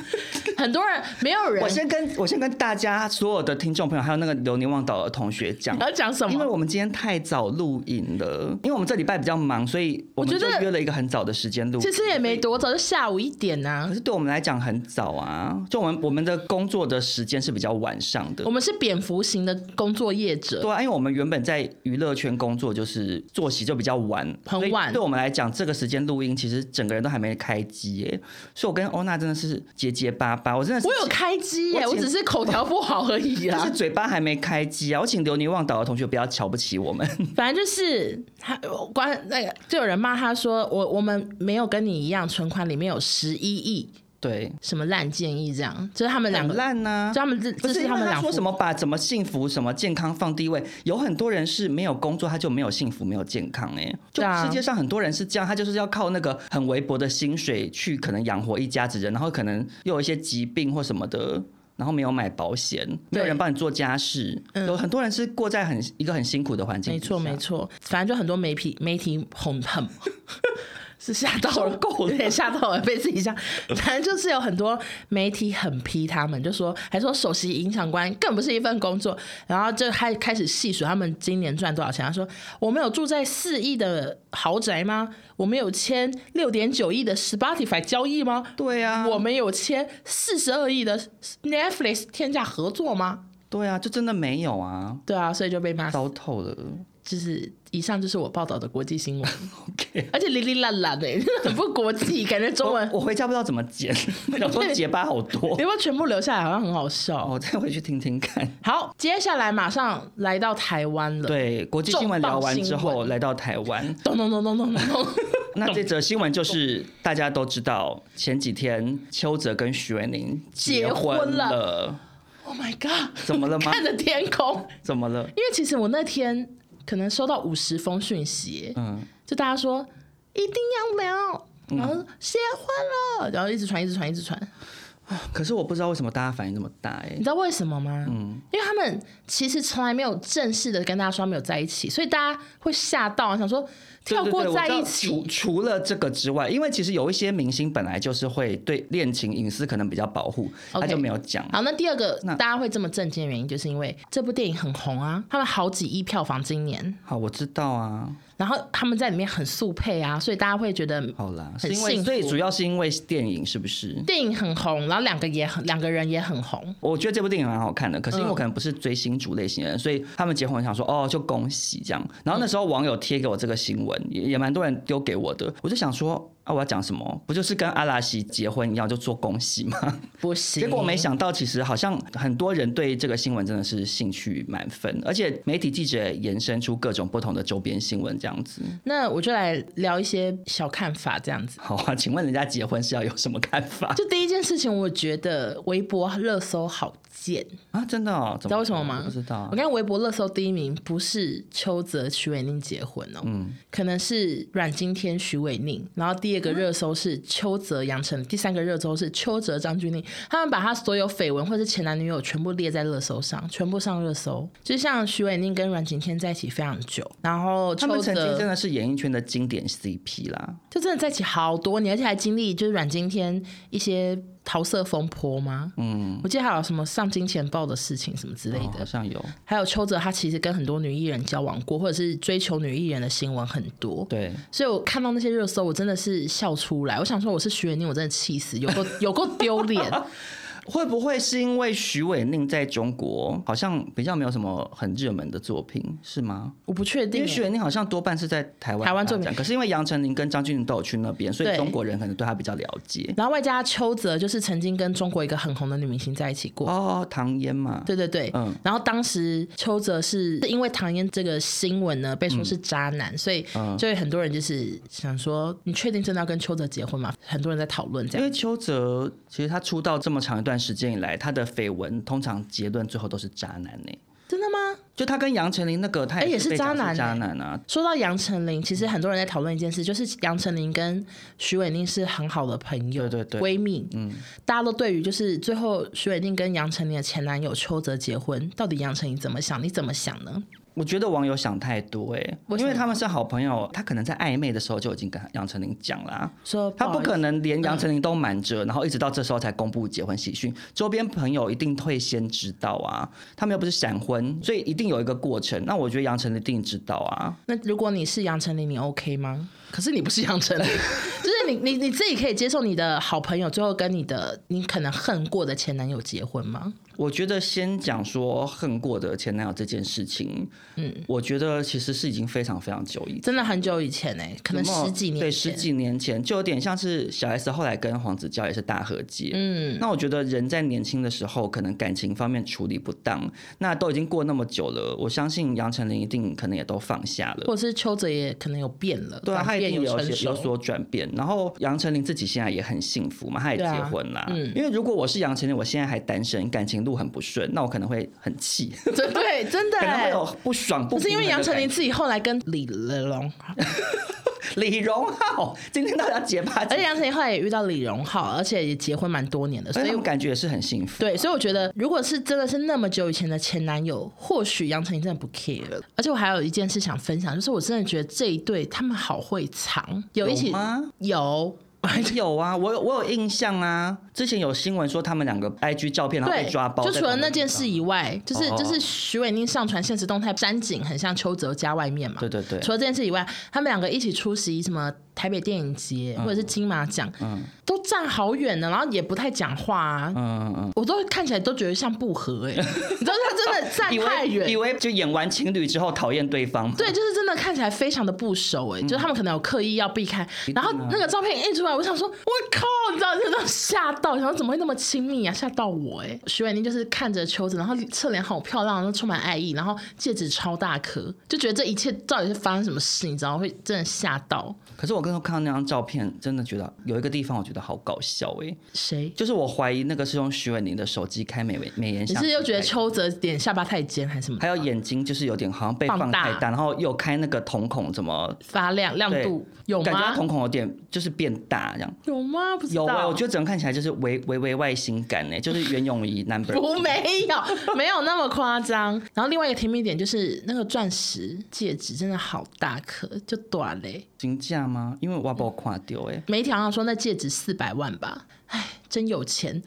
很多人没有人
我，先跟我先跟大家所有的听众朋友，还有那个流年忘岛的同学讲
你。要讲什
因为
么？
我们今天太早录影了，因为我们这礼拜比较忙，所以我们
我
就
觉得
约了一个很早的时间录影。
其实也没多早，就下午一点呐、
啊可是对我们来讲很早啊，就我们我们的工作的时间是比较晚上的
我。们是蝙蝠型的工作业者，
对啊，因为我们原本在娱乐圈工作，就是作息就比较晚，
很
所以
晚
对我们来讲，这个时间录音，其实整个人都还没开机耶。所以我跟欧娜真的是结结巴巴，我真的是
我有开啊机耶、
我
我
请
只是口条不好而已
就
啦
是。嘴巴还没开机啊！我请流离忘岛的同学不要瞧不起我们， [LAUGHS]
反正就是他呃关那个，就有人骂他说：“我我们没有跟你一样，存款里面有十一亿，
对，
什么烂建议这样。”就是他们两
很
个，就
烂啊呐、
他们这
不
这
是
是
因
他
为
们
他
两
说什
么？
么把什么幸福、什么健康放第一位，有很多人是没有工作他就没有幸福、没有健康哎、就
对啊
世界上很多人是这样，他就是要靠那个很微薄的薪水去可能养活一家子人，然后可能又有一些疾病或什么的。然后没有买保险，没有人帮你做家事，有很多人是过在很一个很辛苦的环境。
嗯没错没，错，反正就很多媒体媒体哄很。 [LAUGHS] 是吓到 [LAUGHS] 了，够了，有点吓到了，被自己吓。反正就是有很多媒体很批他们，就说还说首席影响官更不是一份工作，然后就开开始细数他们今年赚多少钱。他说我们有住在四亿的豪宅吗？我们有签六点九亿的 Spotify 交易吗？
对啊，
我们有签四十二亿的 Netflix 天价合作吗？
对啊，就真的没有啊，
对啊，所以就被骂
糟透了。
就是以上就是我报道的国际新闻，
OK，
而且哩哩啦啦的， [LAUGHS] 很不国际，感觉中
我
文。
我回家不知道怎么
[LAUGHS]
剪，想说结巴好多哦
你，要不要全部留下来？好像很好笑。
我再回去听听看。
好，接下来马上来到台湾了。，
对，国际新闻聊完之
重磅新
后，
闻
来到台湾，
咚咚咚咚咚咚咚。
那这则新闻就是大家都知道，前几天邱泽跟徐文宁
结婚
婚
了
了，
Oh my god！
怎么了吗
[LAUGHS] 看着天空，
怎么了？
因为其实我那天可能收到五十封讯息，
嗯，
就大家说一定要聊，然后结婚了，然后一直传，一直传，一直传。
可是我不知道为什么大家反应那么大哎、
你知道为什么吗？嗯，因为他们其实从来没有正式的跟大家说他们有在一起，所以大家会吓到，想说跳
对对对
过在
我知道
一起。
除除了这个之外，因为其实有一些明星本来就是会对恋情隐私可能比较保护，他
OK
就没有讲。
好，那第二个
那
大家会这么震惊的原因，就是因为这部电影很红啊，他们好几亿票房今年，
好，我知道啊，
然后他们在里面很速配啊，所以大家会觉得
好啦，是
很
因为
幸
最
福
主要是因为电影是不是？
电影很红，然后两个也很两个人也很红。
我觉得这部电影蛮好看的，可是因为我可能不是追星族类型的人，所以他们结婚我想说哦，就恭喜这样。然后那时候网友贴给我这个新闻，也也蛮多人丢给我的，我就想说啊，我要讲什么？不就是跟阿拉西结婚一样，就做恭喜吗？
不行，
[LAUGHS] 结果没想到，其实好像很多人对这个新闻真的是兴趣满分，而且媒体记者也延伸出各种不同的周边新闻这样子。 [LAUGHS]
那我就来聊一些小看法，这样子。
好啊，请问人家结婚是要有什么看法
就第一件事情，我觉得微博热搜好贱，
啊？ [LAUGHS] 真的、哦？知
知道为什么吗？
不知道啊
我。看微博热搜第一名不是邱泽、徐伟宁结婚哦，
嗯
可能是阮经天、徐伟宁。然后第二个热搜是邱泽、杨丞琳，第三个热搜是邱泽、张钧甯。他们把他所有绯闻或是前男女友全部列在热搜上，全部上热搜。就像徐伟宁跟阮经天在一起非常久，然后
他
邱
们曾经真
泽
的是演艺圈的经典 CP 啦。
就真的在一起好多年，而且还经历就是阮经天一些桃色风波吗？嗯，我记得还有什么上金钱豹的事情什么之类
哦
的
好。像有。
还有邱泽，他其实跟很多女艺人交往过，或者是追求女艺人的新闻很多。
对，
所以我看到那些热搜，我真的是笑出来。我想说，我是徐元宁，我真的气死，有
[LAUGHS]
够有够丢脸。
会不会是因为徐伟宁在中国好像比较没有什么很热门的作品，是吗？
我不确
因
定
为徐
欸，
伟宁好像多半是在台湾
台湾
发展
作品
可是因为杨丞琳跟张钧甯都有去那边，所以
对
中国人可能对他比较了解。
然后外加邱泽就是曾经跟中国一个很红的女明星在一起过。
哦，唐嫣嘛，
对对对，
嗯
然后当时邱泽是是因为唐嫣这个新闻呢被
嗯
说是渣男，所以就有很多人就是想说，你确定真的要跟邱泽结婚吗？很多人在讨论这
因
样。
为邱泽其实他出道这么长一段时间以来，他的绯闻通常结论最后都是渣男呢、
真的吗？
就他跟杨丞琳那个，他
哎也
是
是
被讲
渣男
是渣
欸
男啊，
说到杨丞琳，其实
嗯
很多人在讨论一件事，就是杨丞琳跟徐伟宁是很好的朋友，
对对对
闺蜜，嗯，大家都对于就是最后徐伟宁跟杨丞琳的前男友邱泽结婚，到底杨丞琳怎么想？你怎么想呢？
我觉得网友想太多哎、
为什
因
么
为他们是好朋友，他可能在暧昧的时候就已经跟杨丞琳讲啦、
说
他不
好意思嗯
可能连杨丞琳都瞒着，然后一直到这时候才公布结婚喜讯，周边朋友一定会先知道啊。他们又不是闪婚，所以一定有一个过程。那我觉得杨丞琳一定知道啊。
那如果你是杨丞琳，你 OK 吗？可是你不是杨丞琳， [LAUGHS] 就是你你你自己可以接受你的好朋友最后跟你的你可能恨过的前男友结婚吗？
我觉得先讲说恨过的前男友这件事情，嗯，我觉得其实是已经非常非常久以前。
真的很久以前呢、欸可能
有没有
十几年
对，
前
十几年前就有点像是小 S 后来跟黄子佼也是大和解。
嗯
那我觉得人在年轻的时候，可能感情方面处理不当，那都已经过那么久了，我相信杨丞琳一定可能也都放下了。
或者是邱泽也可能有变了，
对啊，
转
他一
变
定有
成
些
熟
有所转变。然后杨丞琳自己现在也很幸福嘛，她也结
对啊
婚啦。因为如果我是杨丞琳，我现在还单身，感情路很不顺，那我可能会很气，
[LAUGHS]
[LAUGHS]
对对，真的
可能会
欸。
有不爽不
可
平衡的感觉。
是因为杨丞琳自己后来跟李荣浩，
李荣浩今天大家结巴，
[LAUGHS] 而且杨丞琳后来也遇到李荣浩，而且也结婚蛮多年的，所
所以
以
我感觉也是很幸福。
对，所以我觉得如果是真的是那么久以前的前男友，或许杨丞琳真的不 care 了。而且我还有一件事想分享，就是我真的觉得这一对他们好会藏，有一起
有吗
有
[LAUGHS] 有啊，我有我有印象啊，之前有新闻说他们两个 IG 照片然后
对
被抓，包，
就除了那件事，以外，就是
哦
就是徐伟宁上传现实动态山景，很像邱泽家外面嘛。
对对对
除了这件事以外，他们两个一起出席什么台北电影节
嗯
或者是金马奖，都站好远呢，然后也不太讲话啊，
嗯嗯嗯。
我都看起来都觉得像不合哎、
[LAUGHS]
你知道他真的
以
站太
为以
远。
为就演完情侣之后讨厌对方，
对，就是真的看起来非常的不熟
嗯
哎、就是他们可能有刻意要避开，
啊
然后那个照片一出来，我想说，我靠，你知道，真的吓到，然后怎么会那么亲密啊，吓到我哎、徐伟宁就是看着秋子，然后侧脸好漂亮，然后充满爱意，然后戒指超大颗，就觉得这一切到底是发生什么事，你知道，会真的吓到
可是我刚刚看到那张照片，真的觉得有一个地方我觉得好搞笑哎、
谁？
就是我怀疑那个是用徐伟宁的手机开美美美颜
你
相
是
机
又觉得
拍的
邱泽点下巴太尖还是什么？
还有眼睛就是有点好像被
放
放
大
太大，然后又开那个瞳孔怎么？
发亮亮
对
度有
感觉他
吗？
瞳孔有点就是变大这样。
有吗？不知
有
道，
啊，我觉得整个看起来就是微微微外星感呢、就是袁咏仪 number
不没有，没有那么夸张。然后另外一个甜蜜点就是那个钻石戒指真的好大颗，就短嘞。
金价吗？因为我把我
嗯
垮掉哎，
媒体好像说那戒指四百万吧，哎，真有
[LAUGHS]
钱。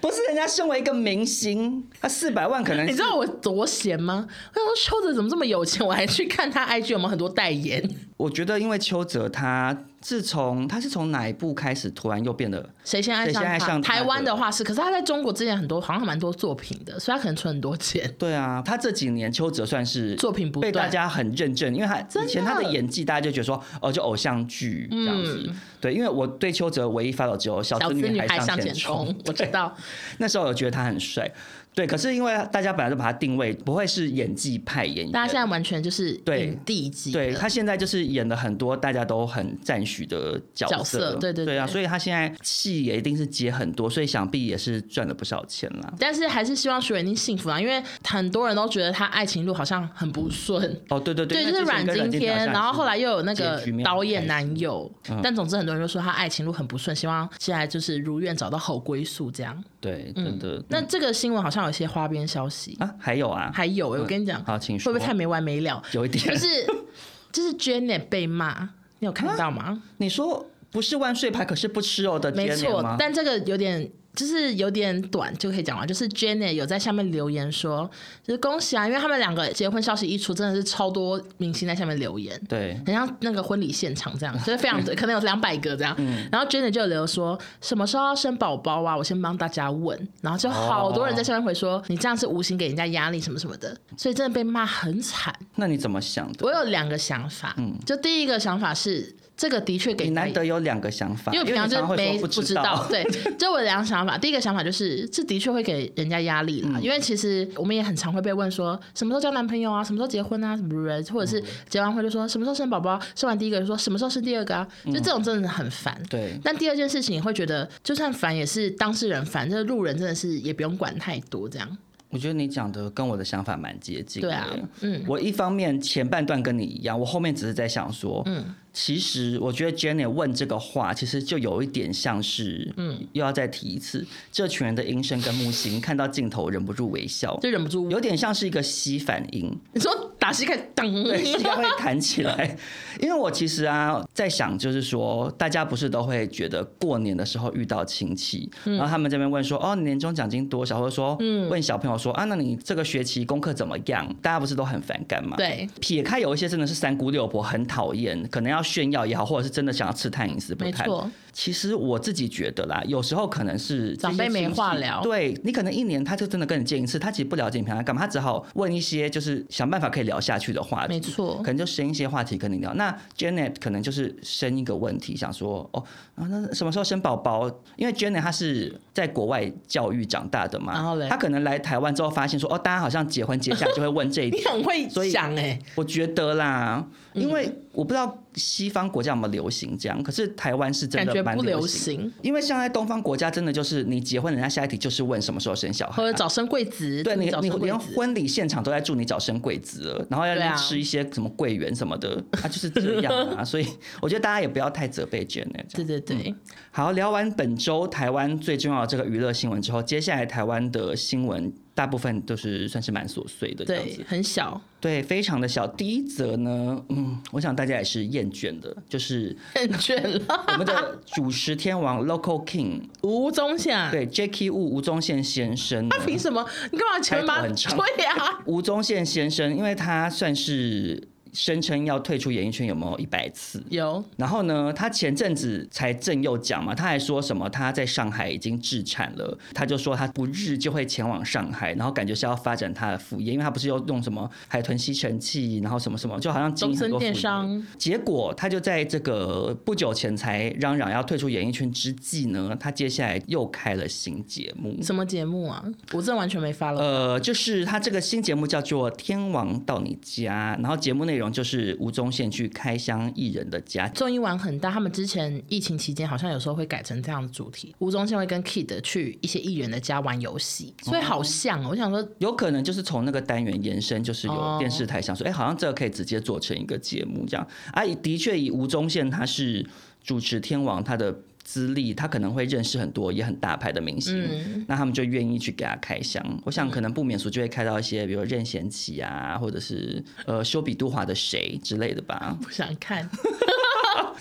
不是人家身为一个明星，他四百万可能
你知道我多闲吗？我想说邱泽怎么这么有钱，我还去看他 IG 有没有很多代言。
我觉得因为邱泽他自从他是从哪一部开始突然又变得
谁先爱
谁
上
先
他？
爱上他
台湾
的
的话是，可是他在中国之前很多好像蛮多作品的，所以他可能存很多钱。
对啊，他这几年邱泽算是
作品不
被大
断
家很认证，因为他
真
以前
的嗯
他的演技，大家就觉得说哦，就偶像剧这样子。对，因为我对邱泽唯一发 o 只有小
小
资
资女
孩
孩向
前
前冲，我知道。
那时候有觉得他很帅，对。可是因为大家本来就把他定位不会是演技派演员，
大家现在完全就是
对
影帝级
对
的，
他现在就是演了很多大家都很赞许的角色，
角色对对
对啊，
对
所以他现在戏也一定是接很多，所以想必也是赚了不少钱啦。
但是还是希望徐伟宁幸福啊，因为很多人都觉得他爱情路好像很不顺。
哦，对对对，
对，
因
就
为
是
之前
阮
跟
经
天好
天，
像
然后
是
后来又有那
结
个
局没有
导
很开嗯
演
心
男友，但总之很多人就说他爱情路很不顺，希望现在就是如愿找到好归宿这样。
对，真的、
嗯那这个新闻好像有一些花边消息，
啊，还有啊，
还有欸我跟你讲，
好请
会不会
说
太没完没了？
有一点
就是 [LAUGHS] 就是 Janet 被骂，你有看到吗？
你说不是万岁牌，可是不吃肉的
没
DNA
错
吗，？
但这个有点。就是有点短就可以讲完，就是 Janet 有在下面留言说，就是恭喜啊，因为他们两个结婚消息一出，真的是超多明星在下面留言，
对，
很像那个婚礼现场这样，就是
[LAUGHS]
非常可能有两百个这样。
嗯
然后 Janet 就有留说什么时候要生宝宝啊，我先帮大家问，然
哦
后就好多人在下面回说、你这样是无形给人家压力什么什么的，所以真的被骂很惨。
那你怎么想的？
我有两个想法，就第一个想法是这个的确给
嗯你
他
难得有两个想法，
因为
因
平常
你
就
常
是
会
没
说
知
知
道
道，， [LAUGHS]
对，就我两个想法。第一个想法就是，这的确会给人家压力啦，
嗯
因为其实我们也很常会被问说，什么时候交男朋友啊，什么时候结婚啊，什么人，或者
嗯
是结完婚就说什么时候生宝宝，生完第一个就说什么时候生第二个啊，就这种真的很烦。
嗯对
但第二件事情，会觉得就算烦也是当事人烦，这路人真的是也不用管太多，这样
我觉得你讲的跟我的想法蛮接近的。
对啊，嗯，
我一方面前半段跟你一样，我后面只是在想说，嗯，其实我觉得 Jenny 问这个话，其实就有一点像是，嗯，又要再提一次，这群人的音声跟木星看到镜头忍不住微笑，
就忍不住
有点像是一个吸反应。
你说打膝盖，当， [LAUGHS]
对，膝盖会弹起来。 [LAUGHS] 因为我其实啊，在想，就是说，大家不是都会觉得过年的时候遇到亲戚，
嗯
然后他们这边问说，哦，你年终奖金多少，或者说，问小朋友说，啊，那你这个学期功课怎么样？大家不是都很反感吗？。
对，
撇开有一些真的是三姑六婆很讨厌，可能要炫耀也好，或者是真的想要刺探隐私不
没
探。
错，
其实我自己觉得啦，有时候可能是这
长
些
辈没
亲戚
话聊
对你可能一年他就真的跟你见一次，他其实不了解你平常在干嘛，他只好问一些就是想办法可以聊下去的话题，
没错
可能就生一些话题跟你聊。那 Janet 可能就是生一个问题，想说哦啊，那什么时候生宝宝？因为 Janet 她是在国外教育长大的嘛，
然后嘞
她可能来台湾之后发现说哦，大家好像结婚接下来就会问这
[LAUGHS]
一
你很会
所以
讲哎、
我觉得啦，因
嗯
为我不知道西方国家有没有流行这样，可是台湾是真
感觉
的蛮
不
流
流
行的。
行。
因为像在东方国家，真的就是你结婚，人家下一题就是问什么时候生小孩、
或者
啊。
早生贵
[LAUGHS]
子，
对你
早，
你
生贵
连
子。
婚礼现场都在祝你早生贵子了，然后要
对啊
吃一些什么桂圆什么的， [LAUGHS] 啊，就是这样啊。所以我觉得大家也不要太责备 j a n
对对对，
嗯好，聊完本周台湾最重要的这个娱乐新闻之后，接下来台湾的新闻大部分都是算是蛮琐碎的这样
对
子，。
很小，
对，非常的小。第一则呢，嗯，我想大家也是厌倦的，就是
很啊倦了。
我们的主食天王 Local King，
吴宗
[LAUGHS]
宪，
对 Jackie Wu 吴宗宪先生呢，
嗯他凭什么？你干嘛全
开
把？啊
头很长
对呀、
[LAUGHS] 吴宗宪先生，因为他算是声称要退出演艺圈，有没有一百次？
有
然后呢，他前阵子才正又讲嘛，他还说什么他在上海已经置产了，他就说他不日就会前往上海，然后感觉是要发展他的副业，因为他不是又用什么海豚吸尘器，然后什么什么，就好像经
终身
营很多副业
电。商，
结果他就在这个不久前才嚷嚷要退出演艺圈之际呢，他接下来又开了新节目。
什么节目啊？我真的完全没发了。
呃，就是他这个新节目叫做《天王到你家》，然后节目内容就是吴宗宪去开箱艺人的家，
综艺玩很大，他们之前疫情期间好像有时候会改成这样的主题。吴宗宪会跟 Kid 去一些艺人的家玩游戏，所以好像、哦、我想说，
有可能就是从那个单元延伸，就是
哦
有电视台想说，哎、好像这个可以直接做成一个节目这样。啊，的确，以吴宗宪他是主持天王，他的资历，他可能会认识很多也很大牌的明星，
嗯
那他们就愿意去给他开箱。我想可能不免俗就会开到一些，比如任贤齐啊，或者是呃修比杜华的谁之类的吧。
不想看。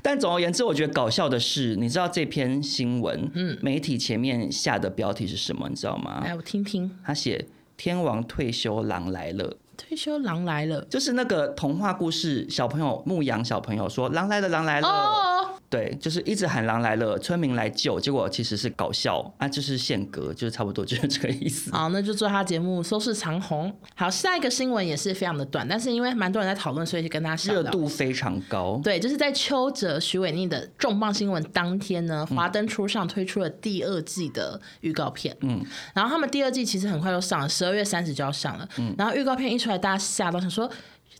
但总而言之，我觉得搞笑的是，你知道这篇新闻，嗯，媒体前面下的标题是什么，你知道吗？
哎来，我听听，
他写天王退休，狼来了。
退休狼来了。
就是那个童话故事，小朋友牧羊小朋友说“狼来了，狼来了”，
哦，
对，就是一直喊“狼来了”，村民来救，结果其实是搞笑啊，就是宪歌，就是差不多 [LAUGHS] 就是这个意思。
好，那就祝他节目收视长虹。好，下一个新闻也是非常的短，但是因为蛮多人在讨论，所以就跟大家小
热
聊
度非常高，
对，就是在邱泽、徐伟宁的重磅新闻当天呢，华灯初上推出了第二季的预告片。嗯，然后他们第二季其实很快就上了，十二月三十就要上了。嗯，然后预告片一出来，大家吓到，想说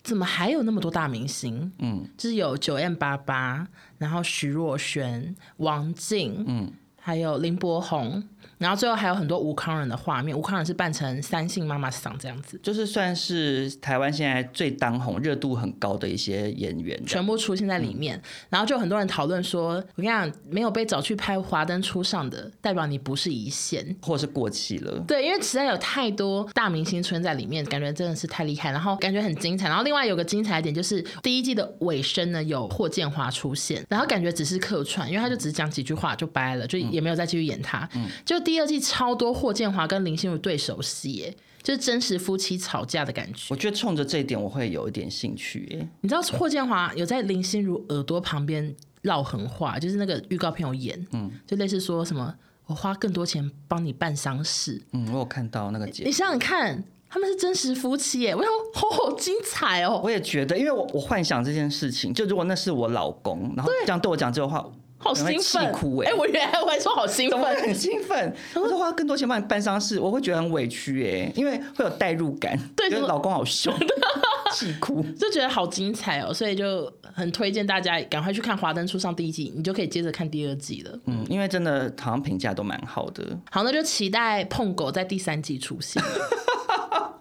怎么还有那么多大明星？嗯，就是有九 M 八八，然后徐若瑄、王静，嗯，还有林柏宏。然后最后还有很多吴康仁的画面，吴康仁是扮成三姓妈妈桑这样子，
就是算是台湾现在最当红、热度很高的一些演员。
全部出现在里面，然后就有很多人讨论说，我跟你讲，没有被找去拍《华灯初上》的，代表你不是一线。
或是过气了，
对，因为实在有太多大明星出现在里面，感觉真的是太厉害，然后感觉很精彩。然后另外有个精彩的点就是第一季的尾声呢，有霍建华出现，然后感觉只是客串，因为他就只讲几句话就掰了，就也没有再继续演他。就第二季超多霍建华跟林心如对手戏耶，就是真实夫妻吵架的感觉
我。觉得冲着这一点，我会有一点兴趣、耶。
你知道霍建华有在林心如耳朵旁边唠狠话，就是那个预告片有演，嗯，就类似说什么我花更多钱帮你办丧事，
嗯，我有看到那个节
你想想看，他们是真实夫妻耶，我想说好好精彩哦，
我也觉得，因为我我幻想这件事情，就如果那是我老公，然后这样对我讲这个话，
好
我会
兴
气
奋，
哭哎、
哎、我原来我还说好兴
怎么会
奋，嗯
很兴奋？我说花更多钱帮你办丧事，我会觉得很委屈哎、因为会有代入感，
对
觉
怎么
得老公
[LAUGHS]
好凶，气哭。
就觉得好精彩哦，所以就很推荐大家赶快去看《华灯初上》第一季，你就可以接着看第二季了。
嗯，因为真的好像评价都蛮好的，
好，那就期待碰狗在第三季出
[LAUGHS]
现，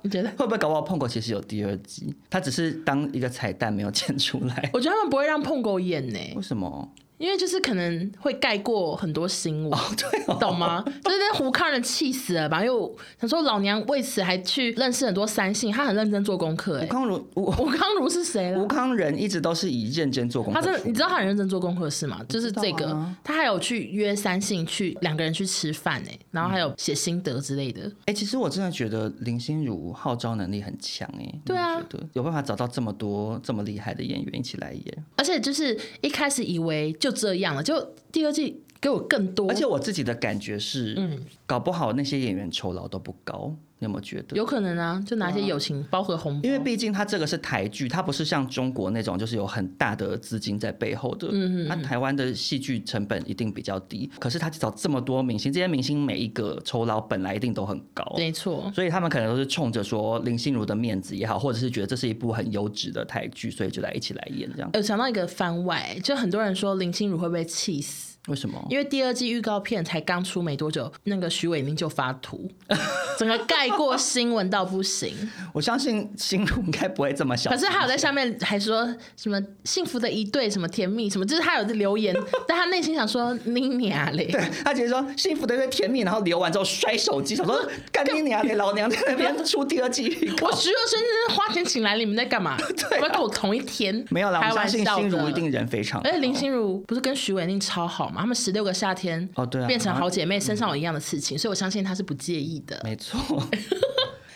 你觉得？
会不会搞不好碰狗其实有第二集，他只是当一个彩蛋没有剪出来？
我觉得他们不会让碰狗演呢、
为什么？
因为就是可能会盖过很多新闻，
对哦，
懂吗？就是那胡康人气死了吧？因为我想说老娘为此还去认识很多三姓，他很认真做功课、
吴
欸。
康如吴
吴康如是谁
吴
了？
康仁一直都是以认真做功课
他
出
真
名，
的，你知道他很认真做功课是吗？就是这
我知
个，
道啊
他还有去约三姓去两个人去吃饭哎、然后还有写心得之类的。
哎、其实我真的觉得林心如号召能力很强哎、
对啊
我觉得有办法找到这么多这么厉害的演员一起来演，
而且就是一开始以为就这样了，就第二季给我更多，
而且我自己的感觉是，
嗯
搞不好那些演员酬劳都不高，你有没有觉得？
有可能啊，就拿一些友情包和红包，
因为毕竟它这个是台剧，它不是像中国那种就是有很大的资金在背后的。嗯嗯。那台湾的戏剧成本一定比较低，可是他找这么多明星，这些明星每一个酬劳本来一定都很高。
没错，
所以他们可能都是冲着说林心如的面子也好，或者是觉得这是一部很优质的台剧，所以就来一起来演这样。
有想到一个番外，就很多人说林心如会被气死，
为什么？
因为第二季预告片才刚出没多久，那个徐伟宁就发
[LAUGHS]
图，整个盖过新闻到不行。
我相信心路应该不会这么小。
可是他有在下面还说什么幸福的一对，什么甜蜜，什么，就是他有留
[LAUGHS]
言，但他内心想说你娘嘞，
对他直接说幸福的在甜蜜，然后留完之后摔手
[LAUGHS]
机，想说干你娘嘞，老娘在那边出第二季预告
我徐若瑄真是花钱请来，你们在干嘛？
[LAUGHS] 对啊
不要跟我同一天。
没有啦，
开
我
玩
相信
笑
心如
的。
一定人非常好。
而且林心如不是跟徐伟宁超好嘛？他们十六个夏天
哦对啊
变成好姐妹，身上有一样的事情，所以我相信她是不介意的。
没错。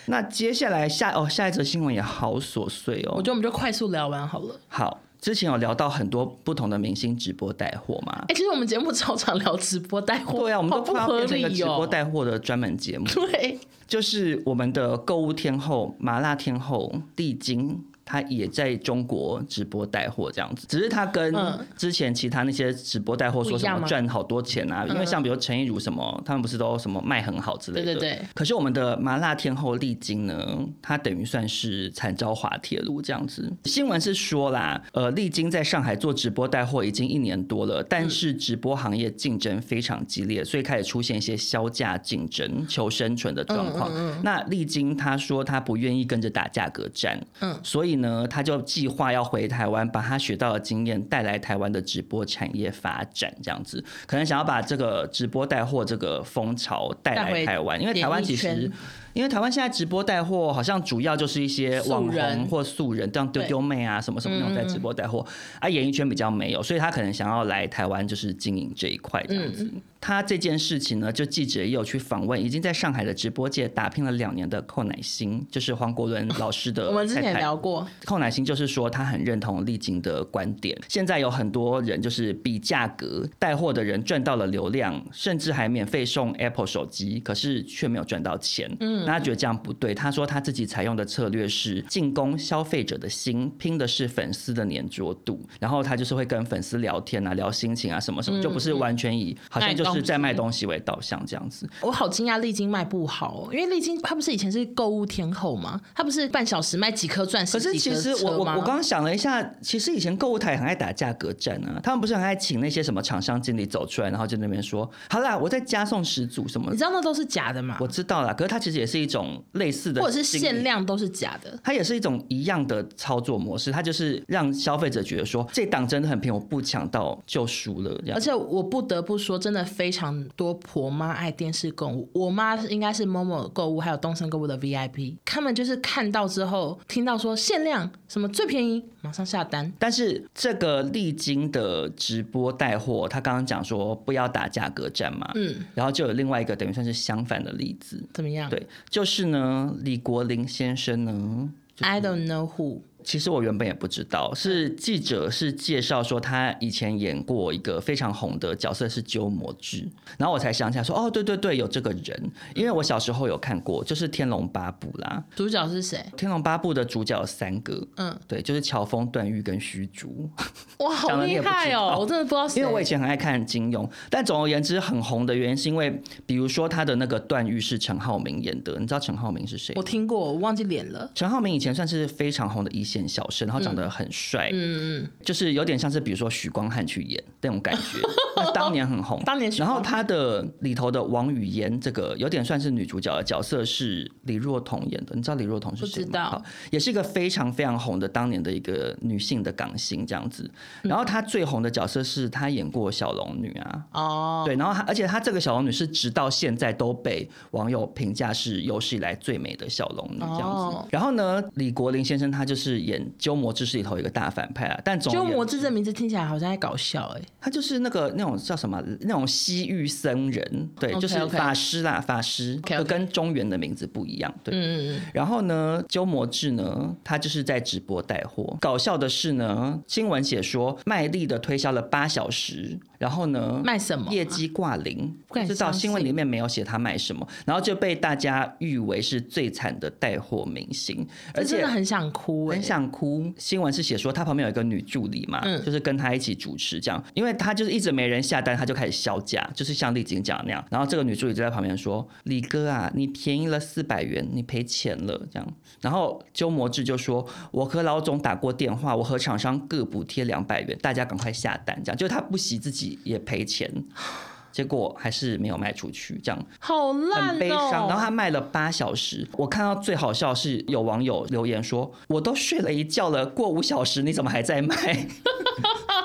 那接下来下哦，下一则新闻也好琐碎哦。
我觉得我们就快速聊完好
[LAUGHS]
了。
好，之前有聊到很多不同的明星直播带货嘛
哎、。其实我们节目超常聊直播带货，
对啊，我们
好
都
不
快要
合
变成一个
理
直播
哦。
带货的专
[LAUGHS]
门节目，
对，
就是我们的购物天后、麻辣天后丽晶，她也在中国直播带货这样子。只是她跟
嗯
之前其他那些直播带货说
不一
什
样
么
吗
赚好多钱啊，因为像比如陈意如什么，他们不是都什么卖很好之类的。
对对对。
可是我们的麻辣天后丽晶呢，她等于算是惨遭滑铁卢这样子。新闻是说啦，呃，丽晶在上海做直播带货已经一年多了，但是直播行业竞争非常激烈，所以开始出现一些销价竞争、求生存的状
嗯
况。那丽晶她说她不愿意跟着打价格战，嗯
嗯，
所以呢，她就计划要回台湾，把她学到的经验带来台湾的直播产业发展，这样子，可能想要把这个直播带货这个风潮带
带
来
回
台湾，因为台湾
演艺
其实
圈。
因为台湾现在直播带货好像主要就是一些网
素人
红或素人，这样丢
对嗯
丢妹啊什么什么那种在直播带货，啊，演艺圈比较没有，所以他可能想要来台湾就是经营这一块这样子。
嗯
他这件事情呢，就记者也有去访问，已经在上海的直播界打拼了两年的寇乃馨，就是黄国伦老师的
我们之前
太
也
太
聊过，
寇乃馨就是说，他很认同丽晶的观点。现在有很多人就是比价格带货的人赚到了流量，甚至还免费送 Apple 手机，可是却没有赚到钱。嗯，那他觉得这样不对。他说他自己采用的策略是进攻消费者的心，拼的是粉丝的粘着度。然后他就是会跟粉丝聊天啊，聊心情啊，什么什么，就不是完全以好像就是在卖东西为导向这样子。
我好惊讶丽晶卖不好、哦，因为丽晶她不是以前是购物天后吗？她不是半小时卖几颗钻石？
可是其实
几颗
我
车
我
吗
我刚刚想了一下，其实以前购物台很爱打价格战啊，他们不是很爱请那些什么厂商经理走出来，然后就那边说，好啦，我再加送十组什么
你，知道那都是假的嘛
我，知道啦。可是它其实也是一种类似的，
或者是限。量都是假的。
它也是一种一样的操作模式，它就是让消费者觉得说这档真的很便宜，我不抢到就输了这样
而。且我不得不说，真的非常多婆妈爱电视购物。我妈应该是某某购物还有东森购物的 VIP，他们就是看到之后，听到说限量什么最便宜，马上下单。
但是这个丽晶的直播带货，他刚刚讲说不要打价格战嘛，嗯，然后就有另外一个等于算是相反的例子，
怎么样？
对，就是呢，李国林先生呢，
i don't know who。
其实我原本也不知道，是记者是介绍说他以前演过一个非常红的角色是鸠摩智，然后我才想起来说，哦，对对对，有这个人，因为我小时候有看过，就是《天龙八部》啦，
主角是谁？
《天龙八部》的主角有三个，
嗯，
对，就是乔峰、段誉跟虚竹。
哇，
讲
好
了你
厉
也不知
害哦
道！
我真的不知道谁。
因为我以前很爱看金庸，但总而言之很红的原因是因为，比如说他的那个段誉是陈浩民演的，你知道陈浩民是谁吗
我听过，我忘记脸了。
陈浩民以前算是非常红的一线小生，然后长得很帅，
嗯嗯，
就是有点像是比如说许光汉去演那种感
[LAUGHS]
觉，那当年很红。
当年许
然
光
后他的里头的王语嫣这个有点算是女主角的角色是李若彤演的，你知道李若彤是谁吗？
不知道
好，也是一个非常非常红的当年的一个女性的港星这样子。
嗯
然后她最红的角色是她演过小龙女啊，
哦，
对，然后她而且她这个小龙女是直到现在都被网友评价是有史以来最美的小龙女这样子。
哦
然后呢，李国林先生他就是演《鸠摩智士》里头一个大反派啊，但总而
鸠
言
摩智这名字听起来好像在搞笑哎、
他就是那个那种叫什么那种西域僧人，对
OK，
就是
OK
法师啦，法师
OK，OK
就跟中原的名字不一样，对。
嗯嗯
然后呢，鸠摩智呢，他就是在直播带货。搞笑的是呢，新闻写说卖力的推销了八小时，然后呢
嗯，，卖什么啊？
业绩挂零，
不敢
知道
相
新闻
信
里面没有写他卖什么，然后就被大家誉为是最惨的带货明星，而
这真
且
的很想哭哎、
很想哭。新闻是写说他旁边有一个女助理嘛，
嗯
就是跟他一起主持这样，因为他就是一直没人下单，他就开始销价，就是像丽景讲的那样。然后这个女助理就在旁边说：“李哥啊，你便宜了四百元，你赔钱了。”这样，然后鸠摩智就说：“我和老总打过电话，我和厂商各补贴两百元，大家赶快下单。”这样，就是他不惜自己也赔钱。结果还是没有卖出去，这样
好烂
很
哦！
悲伤。然后他卖了八小时，我看到最好笑的是有网友留言说：“我都睡了一觉了，过五小时你怎么还在卖？” [LAUGHS]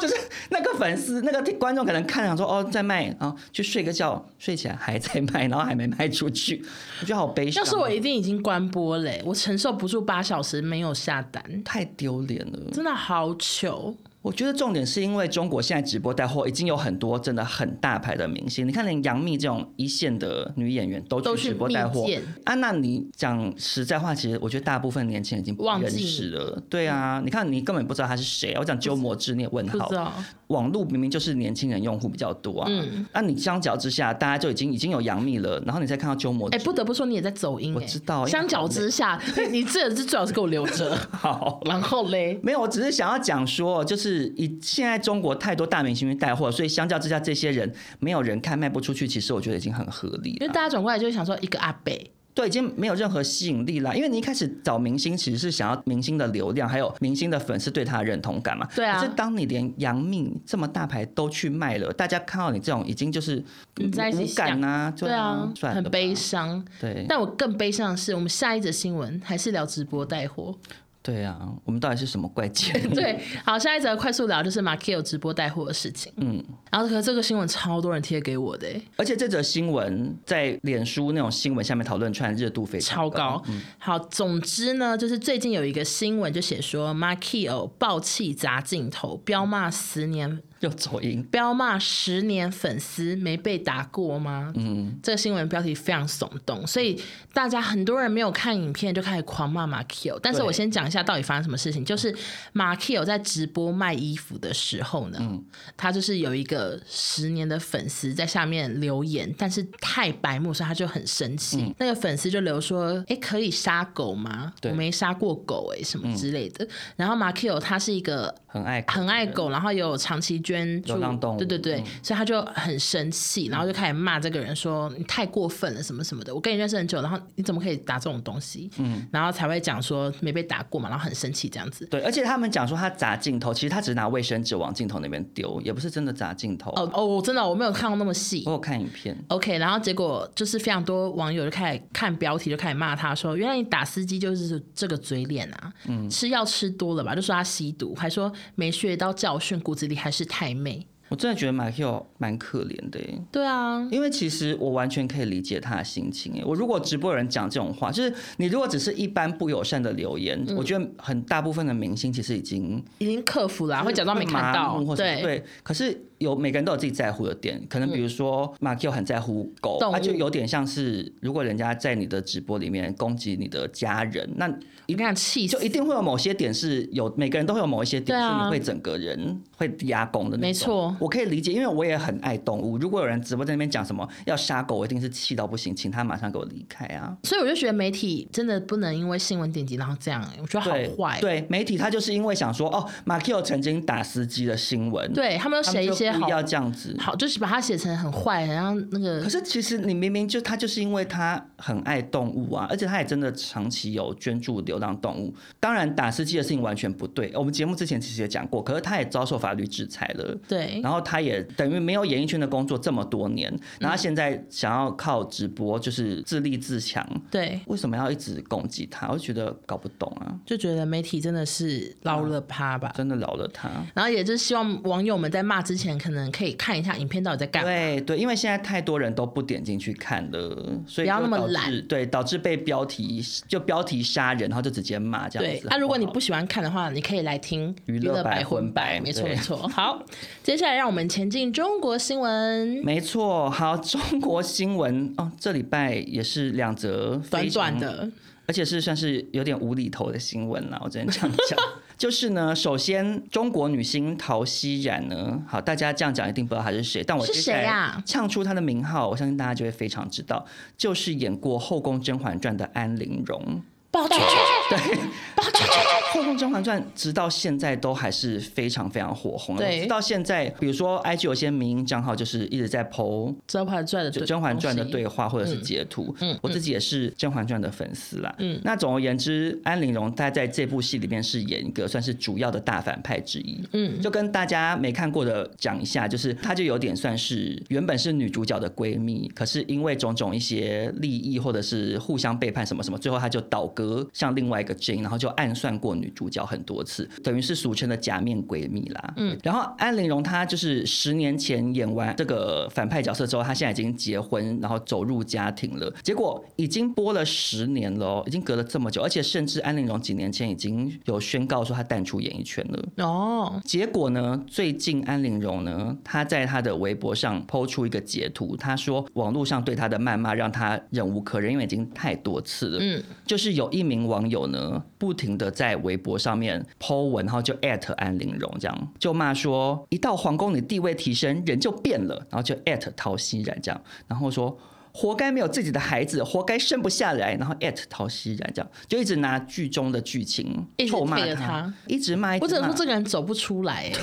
就是那个粉丝、那个观众可能看想说：“哦，在卖啊，去睡个觉，睡起来还在卖，然后还没卖出去，我觉得好悲伤。”哦
要是我一定已经关播嘞、我承受不住八小时没有下单，
太丢脸了。
真的好糗。
我觉得重点是因为中国现在直播带货已经有很多真的很大牌的明星，你看连杨幂这种一线的女演员都
都
去
去
直播带货
蜜饯。
啊，那你讲实在话，其实我觉得大部分年轻人已经不
忘记
认识
嗯
了。对啊，你看你根本不知道他是谁啊。我讲鸠摩智，你也问
不
号
知。道，
网络明明就是年轻人用户比较多啊，
嗯
那你相较之下，大家就已经已经有杨幂了，然后你再看到鸠摩智，
哎、不得不说你也在走音、欸，
我知道因为
相较之
[LAUGHS]
下，你这是最好是给我留着。
好。
然后嘞，
没有，我只是想要讲说，就是以现在中国太多大明星去带货，所以相较之下，这些人没有人看卖不出去，其实我觉得已经很合理
因为
了。
大家转过来就会想说，一个阿北，
对，已经没有任何吸引力啦。因为你一开始找明星，其实是想要明星的流量，还有明星的粉丝对他的认同感嘛。
对啊
可是当你连杨幂这么大牌都去卖了，大家看到你这种已经就是
你在一起
嗯无感啊，
对啊，
算了
很
吧
悲。伤。
对
但我更悲伤的是，我们下一则新闻还是聊直播带货。
对啊，我们到底是什么怪节 [LAUGHS]
[LAUGHS]
目？
对，好，下一则快速聊就是 m a k i l 直播带货的事情。
嗯，
然后可是这个新闻超多人贴给我的欸、
而且这则新闻在脸书那种新闻下面讨论串热度非常
超高。好，总之呢，就是最近有一个新闻就写说 m a k i o 暴气砸镜头，彪骂十年，
又走音。
彪骂十年粉丝没被打过吗？嗯，这个新闻标题非常耸动，所以大家很多人没有看影片就开始狂骂 m a k i o 但是
对
我先讲一下到底发生什么事情，就是 m a k i o 在直播卖衣服的时候呢，
嗯
他就是有一个十年的粉丝在下面留言，但是太白目，所以他就很生气。那个粉丝就留说：“哎，可以杀狗吗？
嗯对嗯
我没杀过狗、诶，哎，什么之类的。然后马 Q 他是一个
很爱狗
很爱狗，然后也有长期捐助
流浪动物嗯
对对对，所以他就很生气，然后就开始骂这个人说：“你太过分了，什么什么的。我跟你认识很久，然后你怎么可以打这种东西？”嗯，然后才会讲说没被打过嘛，然后很生气这样子。
对，而且他们讲说他砸镜头，其实他只是拿卫生纸往镜头那边丢，也不是真的砸镜头。
哦哦，我真的我没有看过那么细
我，有看影片，
OK，然后结果就是非常多网友就开始看标题，就开始骂他说：“原来你打司机就是这个嘴脸啊！
嗯
吃药吃多了吧，就说他吸毒，还说没学到教训，骨子里还是太妹。
我真的觉得马 Q 蛮可怜的耶，”
对啊，
因为其实我完全可以理解他的心情耶。我如果直播有人讲这种话，就是你如果只是一般不友善的留言，我觉得很大部分的明星其实已经
已经克服了啊、会假装没看
麻
到
木。或者
对，
对，可是有每个人都有自己在乎的点，可能比如说马 Q 很在乎狗，
嗯动物
他就有点像是如果人家在你的直播里面攻击你的家人，那
你看气
就
死
一。定会有某些点是有每个人都会有某一些
对
点是
啊
你会整个人会压拱的那种。
没错
我可以理解，因为我也很爱动物。如果有人直播在那边讲什么要杀狗，我一定是气到不行，请他马上给我离开啊！
所以我就觉得媒体真的不能因为新闻点击然后这样、我觉得好
对
坏。
对，媒体他就是因为想说哦，马 Q 曾经打司机的新闻，
对他们都
他们
写一
就
些好
不要这样子。
好，就是把它写成很坏，然后那个
可是其实你明明就他就是因为他很爱动物啊，而且他也真的长期有捐助流浪动物。当然打司机的事情完全不对，我们节目之前其实也讲过，可是他也遭受法律制裁了。
对
然后他也等于没有演艺圈的工作这么多年，然后他现在想要靠直播就是自立自强，
对，
为什么要一直攻击他？我就觉得搞不懂啊，
就觉得媒体真的是捞了趴吧。
真的饶了他。
然后也就是希望网友们在骂之前，可能可以看一下影片到底在干嘛。
对对，因为现在太多人都不点进去看了，所以
不要
就
那么
导致
懒
对，导致被标题就标题杀人，然后就直接骂这样
对
子。，
那、
好
如果你
好
不喜欢看的话，你可以来听
娱乐百分百
没错
对
没错。好，接下来让我们前进中国新闻。
没错，好，中国新闻哦，这礼拜也是两则
短
非常
短的，
而且是算是有点无厘头的新闻啊啦，我只能这样讲。就是呢，首先中国女星陶熙然呢， [LAUGHS] 好，大家这样讲一定不知道她是谁，但我
是
接下
谁啊
来
呀
唱出她的名号，我相信大家就会非常知道， [LAUGHS] 就是演过《后宫甄嬛传》的安陵容。
抱歉，
对，后宫《甄嬛传》直到现在都还是非常非常火红的。
对
直到现在，比如说 IG 有些民营账号就是一直在 PO
甄嬛传》的对
《甄嬛传》的
东西
对话或者是截图。
嗯嗯
我自己也是《甄嬛传》的粉丝啦。嗯，那总而言之，安陵容她在这部戏里面是演一个算是主要的大反派之一。嗯，就跟大家没看过的讲一下，就是她就有点算是原本是女主角的闺蜜，可是因为种种一些利益或者是互相背叛什么什么，最后她就倒戈向另外一个 Jane，然后就暗算过女主角很多次，等于是俗称的假面闺蜜啦。嗯，然后安陵容她就是十年前演完这个反派角色之后，她现在已经结婚，然后走入家庭了。结果已经播了十年了、哦，已经隔了这么久，而且甚至安陵容几年前已经有宣告说她淡出演艺圈了。
哦，
结果呢，最近安陵容呢，她在她的微博上抛出一个截图，她说网络上对她的谩骂让她忍无可忍，因为已经太多次了。
嗯，
就是有一名网友呢，不停的在微博上面抛文，然后就艾特安陵容，这样就骂说一到皇宫你地位提升，人就变了，然后就艾特陶昕然这样，然后说。活该没有自己的孩子，活该生不下来，然后艾特陶昕然这样，就一直拿剧中的剧情
一直
臭骂
take
她
她，
一直骂。一直
我只能
骂
说这个人走不出来、欸。
[LAUGHS]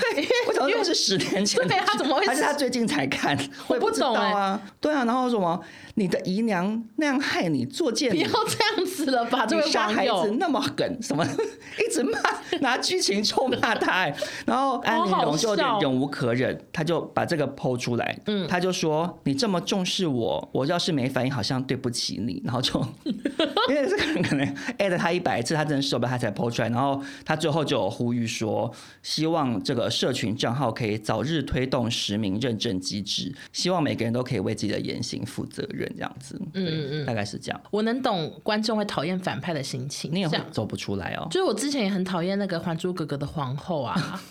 我想说是十年前的剧，
对啊他怎么会
还是他最近才看？我也
不
知道
懂欸
啊。对啊，然后什么你的姨娘那样害你，作贱
不
你
要，这样子了吧，这
你
位
杀
网
孩子
友。
那么狠，什么 [LAUGHS] 一直骂，拿剧情臭骂他、欸。然后安
好
陵
好
容就有点
笑
忍无可忍，他就把这个剖出来，嗯，他就说你这么重视我，我要是没反应，好像对不起你。然后就 [LAUGHS] 因为这个人可能艾特他一百次，他真的受不了，他才剖出来。然后他最后就有呼吁说，希望这个社群账号可以早日推动实名认证机制，希望每个人都可以为自己的言行负责任，这样子，嗯嗯，大概是这样。
我能懂观众会讨厌反派的心情，
你也
这
会
样。
走不出来哦。
就是我之前也很讨厌那个《还珠格格》的皇后
[LAUGHS]
啊，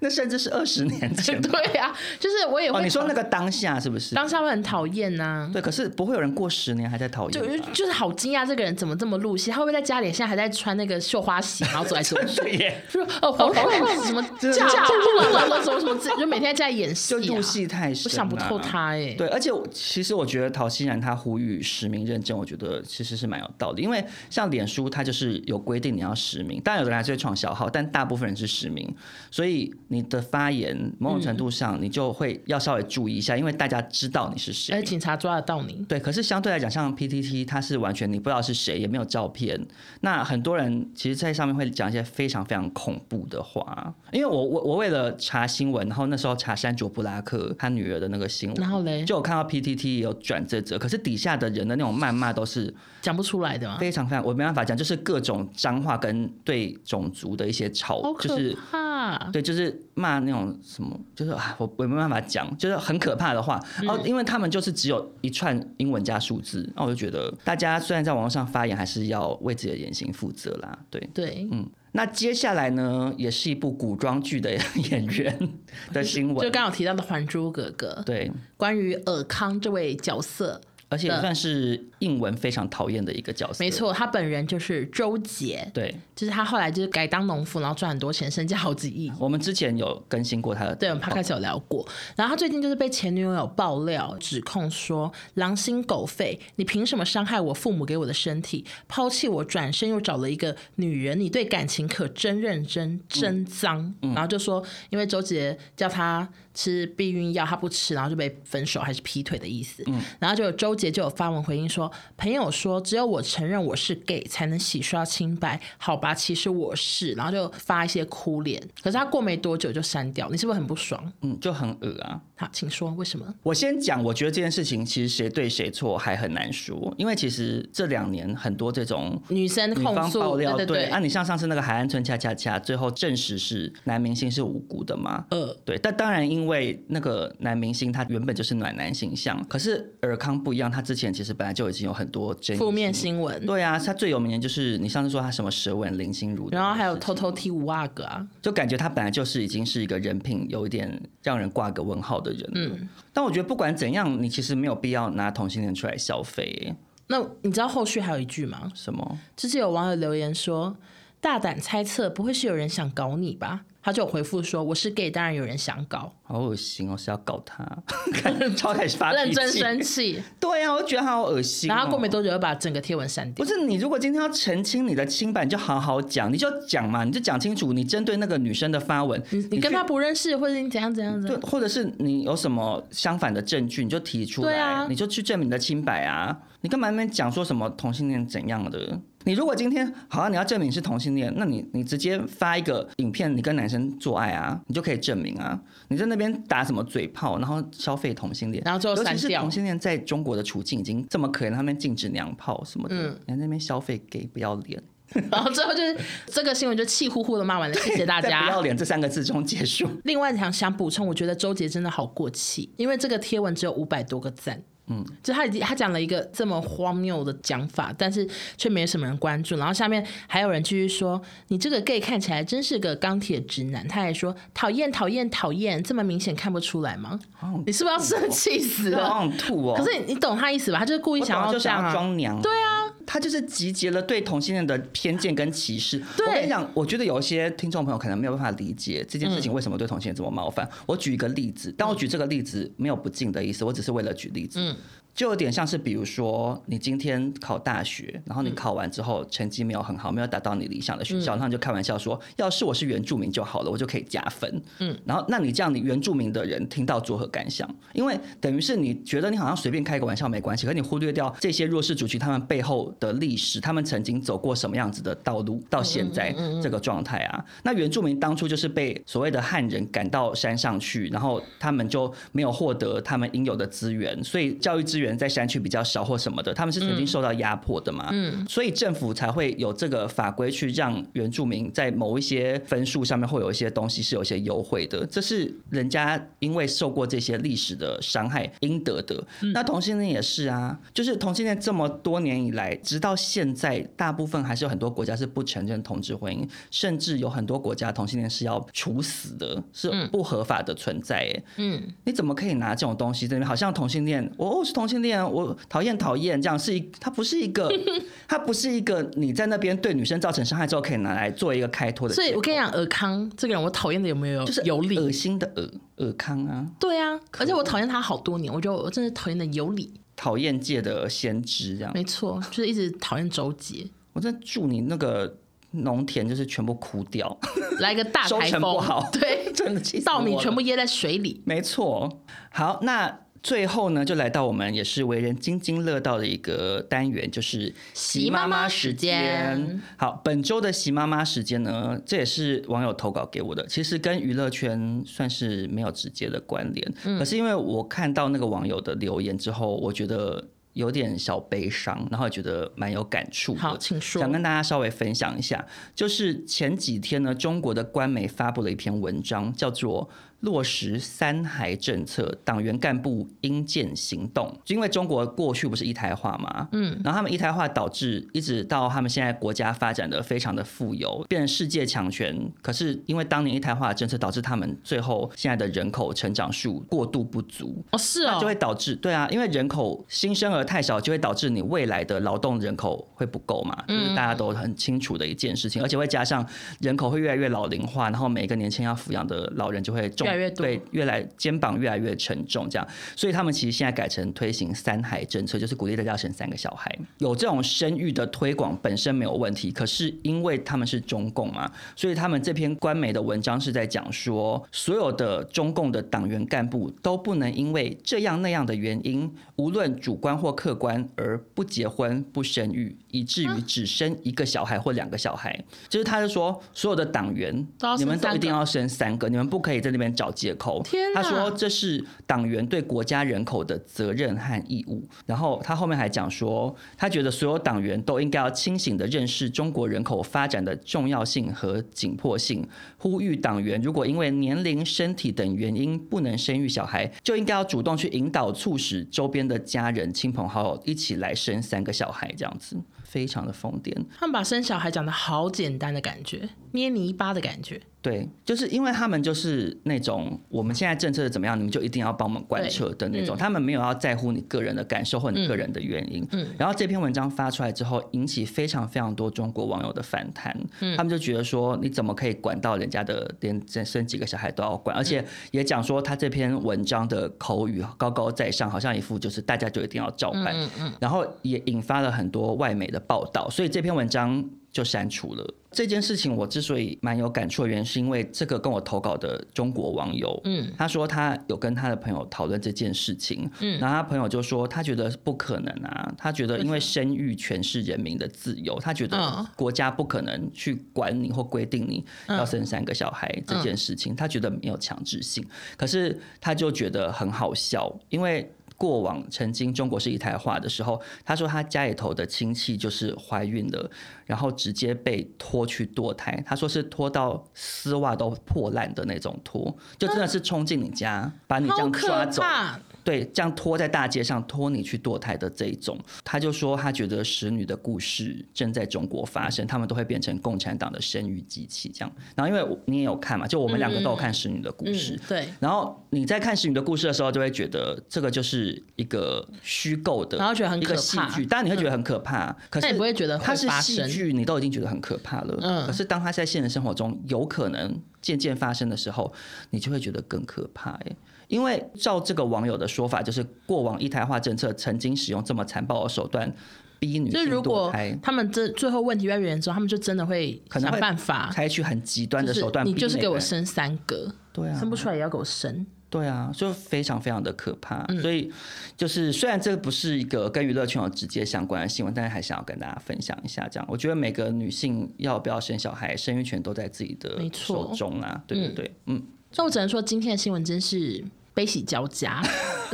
那甚至是二
[LAUGHS]
十年前吧
对啊，就是我也会、
哦，你说那个当下是不是？
当下会很讨厌呐、
对，可是不会有人过十年还在讨
就
厌吧。
就是好惊讶，这个人怎么这么入戏？他会不会在家里现在还在穿那个绣花鞋，然后走来走
[LAUGHS]
去？
对耶，
就说哦，皇后
[LAUGHS]
什么
真
嫁
的
嫁
是
不完了，什么什么之，就每天在家演戏、
就
啊，
入戏太深、
我想不透。他哎、
对，而且我其实我觉得陶欣然他呼吁实名认证，我觉得其实是蛮有道理，因为像脸书它就是有规定你要实名，当然有的人还是会创小号，但大部分人是实名，所以你的发言某
嗯
种程度上你就会要稍微注意一下，因为大家知道你是谁。
而警察抓得到你，
对，可是相对来讲，像 PTT 它是完全你不知道是谁，也没有照片。那很多人其实，在上面会讲一些非常非常恐怖的话。因为我我我为了查新闻，然后那时候查山卓布拉克他女儿的那个新闻，
然后嘞
就有看到 PTT 也有转这则，可是底下的人的那种谩骂都是
讲不出来的嘛，
非常非常，我没办法讲，就是各种脏话跟对种族的一些
好
吵，就
可
是
怕。
对，就是骂那种什么，就是啊，我我没办法讲，就是很可怕的话。
嗯
然后因为他们就是只有一串英文加数字，那我就觉得大家虽然在网络上发言，还是要为自己的言行负责啦。对，
对，
嗯。那接下来呢，也是一部古装剧的演员 [LAUGHS] 的新
[LAUGHS] 就
闻，
刚好提到的《还珠格格》，
对，
关于尔康这位角色，
而且也
的
算是应文非常讨厌的一个角色。
没，错，他本人就是周杰，
对
就是他后来就是改当农夫，然后赚很多钱，身价好几亿。
我们之前有更新过他的，
对，我们 p 开始有聊过。然后他最近就是被前女友爆料，指控说狼心狗肺，你凭什么伤害我父母给我的身体，抛弃我，转身又找了一个女人，你对感情可真认真，真脏。然后就说，因为周杰叫他吃避孕药，他不吃，然后就被分手还是劈腿的意思。然后就有周杰就有发文回应说，朋友说只有我承认我是 gay 才能洗刷清白，好吧，其实我是，然后就发一些哭脸。可是他过没多久就删掉，你是不是很不爽？
嗯，就很恶啊。
好，请说为什么？
我先讲，我觉得这件事情其实谁对谁错还很难说，因为其实这两年很多这种
女生
女
控
方
诉，
爆料，
对对，
啊，你像上次那个海岸村恰恰恰，最后证实是男明星是无辜的嘛？
呃，
对，但当然，因为那个男明星他原本就是暖男形象，可是尔康不一样，他之前其实本来就已经有很多争议
负面
性
新闻，
对啊，他最有名的就是你上次说他什么舌吻林心如的那个事情，
然后还有偷偷踢五阿哥啊，
就感觉他本来就是已经是一个人品有一点让人挂个问号的人。嗯，但我觉得不管怎样，你其实没有必要拿同性恋出来消费。
那你知道后续还有一句吗？
什么？
就是有网友留言说，大胆猜测，不会是有人想搞你吧？”他就有回复说：“我是 gay，当然有人想搞。
好恶心哦，是要搞
[LAUGHS]
他，看超开始”发脾气，
认真生
[LAUGHS]
气，
对啊，我就觉得他好恶心、哦。
然后过没多久又把整个贴文删
不
掉。
是你，如果今天要澄清你的清白，你就好好讲，你就讲嘛，你就讲清楚，你针对那个女生的发文，
你你跟
去
他不认识，或者你怎样怎样怎
对
样，，
或者是你有什么相反的证据，你就提出
对
来，
啊
你就去证明你的清白啊！你干嘛那边讲说什么同性恋怎样的？你如果今天好啊像你要证明是同性恋，那你你直接发一个影片，你跟男生做爱啊，你就可以证明啊！你在那边打什么嘴炮，然后消费同性恋，
然后最后
尤其
删
是
掉
同性恋在中国的处境已经这么可怜，他们禁止娘炮什么的，
嗯
你还在那边消费 gay 不要脸，
然后最后就是这个新闻就气呼呼的骂完了，谢谢大
在 [LAUGHS] 不
家
要。脸这三个字中结
[LAUGHS]
束。
另外想想补充，我觉得周杰真的好过气，因为这个贴文只有五百多个赞。嗯，就他已经他讲了一个这么荒谬的讲法，但是却没什么人关注。然后下面还有人继续说：“你这个 gay 看起来真是个钢铁直男。”他还说：“讨厌，讨厌，讨厌！这么明显看不出来吗？你是不是要生气死
好
了？”
想吐哦！
可是你你懂他意思吧？他就是故意
我
想
懂啊就
这样
想要
啊。
装娘。对啊，他就是集结了对同性恋的偏见跟歧视。
对
我跟你讲，我觉得有一些听众朋友可能没有办法理解这件事情为什么对同性恋这么冒犯。
嗯
我举一个例子，但我举这个例子没有不敬的意思，我只是为了举例子。
嗯
就有点像是，比如说你今天考大学，然后
嗯
你考完之后成绩没有很好，没有达到你理想的学校，然后你就开玩笑说，要是我是原住民就好了，我就可以加分。嗯，然后那你这样，你原住民的人听到作何感想？因为等于是你觉得你好像随便开个玩笑没关系，可你忽略掉这些弱势族群他们背后的历史，他们曾经走过什么样子的道路，到现在这个状态啊。那原住民当初就是被所谓的汉人赶到山上去，然后他们就没有获得他们应有的资源，所以教育资源在山区比较少或什么的，他们是曾经受到压迫的嘛。嗯，所以政府才会有这个法规去让原住民在某一些分数上面会有一些东西是有一些优惠的，这是人家因为受过这些历史的伤害应得的。那同性恋也是啊，就是同性恋这么多年以来，直到现在，大部分还是有很多国家是不承认同志婚姻，甚至有很多国家同性恋是要处死的，是不合法的存在、欸。
嗯，
你怎么可以拿这种东西在那边？好像同性恋，我、哦、我是同性恋，我讨厌讨厌，这样是一，它不是一个， [LAUGHS] 它不是一个你在那边对女生造成伤害之后可以拿来做一个开脱的借
所
口。
以我跟你讲，尔康这个人，我讨厌的有没有
就是
有理？
恶心的恶恶康啊，
对啊，而且我讨厌他好多年，我觉得我真的讨厌的有理。
讨厌界的先知这样。
没错，就是一直讨厌周杰，
我真的祝你那个农田就是全部枯掉，
来个
[LAUGHS]
大
收
台
成
风，
不好
对，
[LAUGHS] 真的气死
稻米
我了
全部。淹在水里。
没错，好，那最后呢，就来到我们也是为人津津乐道的一个单元，就是
习妈妈时间。
好，本周的习妈妈时间呢，这也是网友投稿给我的，其实跟娱乐圈算是没有直接的关联，
嗯
可是因为我看到那个网友的留言之后，我觉得有点小悲伤，然后也觉得蛮有感触的。
好，请说
想。跟大家稍微分享一下，就是前几天呢，中国的官媒发布了一篇文章，叫做《落实三孩政策，党员干部应见行动》。就因为中国过去不是一胎化嘛，嗯，然后他们一胎化导致一直到他们现在国家发展的非常的富有，变成世界强权。可是因为当年一胎化的政策，导致他们最后现在的人口成长数过度不足，
哦，是
那
哦
就，会导致对啊，因为人口新生儿太少，就会导致你未来的劳动人口会不够嘛，这
嗯
是大家都很清楚的一件事情，而且会加上人口会越来越老龄化，然后每个年轻要抚养的老人就会重
越来越多
对，越来肩膀越来越沉重这样，所以他们其实现在改成推行三孩政策，就是鼓励大家生三个小孩。有这种生育的推广本身没有问题，可是因为他们是中共嘛，所以他们这篇官媒的文章是在讲说，所有的中共的党员干部都不能因为这样那样的原因，无论主观或客观，而不结婚、不生育，以至于只生一个小孩或两个小孩。就是他是说，所有的党员
都要，
你
生
们都
三
一定
个
要生三个，你们不可以在那边找借口。
天
他
哪
说这是党员对国家人口的责任和义务。然后他后面还讲说，他觉得所有党员都应该要清醒的认识中国人口发展的重要性和紧迫性，呼吁党员如果因为年龄、身体等原因不能生育小孩，就应该要主动去引导、促使周边的家人、亲朋好友一起来生三个小孩，这样子。非常的疯癫。
他们把生小孩讲的好简单的感觉，捏泥巴的感觉。
对，就是因为他们就是那种我们现在政策是怎么样，你们就一定要帮我们贯彻的那种，他们没有要在乎你个人的感受或你个人的原因。然后这篇文章发出来之后，引起非常非常多中国网友的反弹，他们就觉得说你怎么可以管到人家的，连生生几个小孩都要管，而且也讲说他这篇文章的口语高高在上，好像一副就是大家就一定要照
嗯
办，然后也引发了很多外媒的报道，所以这篇文章就删除了。这件事情我之所以蛮有感触的原因，是因为这个跟我投稿的中国网友，嗯，他说他有跟他的朋友讨论这件事情，嗯，然后他朋友就说他觉得不可能啊，他觉得因为生育权是人民的自由，他觉
嗯
得国家不可能去管你或规定你要生三个小孩这件事情，他觉得没有强制性，可是他就觉得很好笑，因为。过往曾经中国是一台化的时候，他说他家里头的亲戚就是怀孕了，然后直接被拖去堕胎。他说是拖到丝袜都破烂的那种拖，就真的是冲进你家，把你这
好
样抓
可
走，
怕！
对，这样拖在大街上拖你去堕胎的这一种。他就说他觉得使女的故事正在中国发生，他们都会变成共产党的生育机器这样。然后因为我你也有看嘛，就我们两个都有看使女的故
嗯
事，，
对。
然后你在看《使女的故事》的时候，就会觉得这个就是一个虚构的，
然后觉得很
一
可
个戏
怕嗯
剧，当然你会觉得很可怕，可
但
是
你不会觉得会
它是
发
戏
生
剧，你都已经觉得很可怕了。
嗯
可是当它在现实生活中有可能渐渐发生的时候，你就会觉得更可怕、欸。因为照这个网友的说法，就是过往一胎化政策曾经使用这么残暴的手段逼女
就是
性
如
堕
果
胎，
他们这最后问题越来越严重，他们就真的会
可能
想
会
办法，
采取很极端
就
的
是
手段逼
你啊
每个
就
人，
是给我生三个，
对啊，
生不出来也要给我生。
对啊，就非常非常的可怕。
嗯
所以就是虽然这不是一个跟娱乐圈有直接相关的新闻，但是还想要跟大家分享一下。这样，我觉得每个女性要不要生小孩，生育权都在自己的
没错
手中啊。对对对，嗯，
所以我只能说，今天的新闻真是悲喜交加，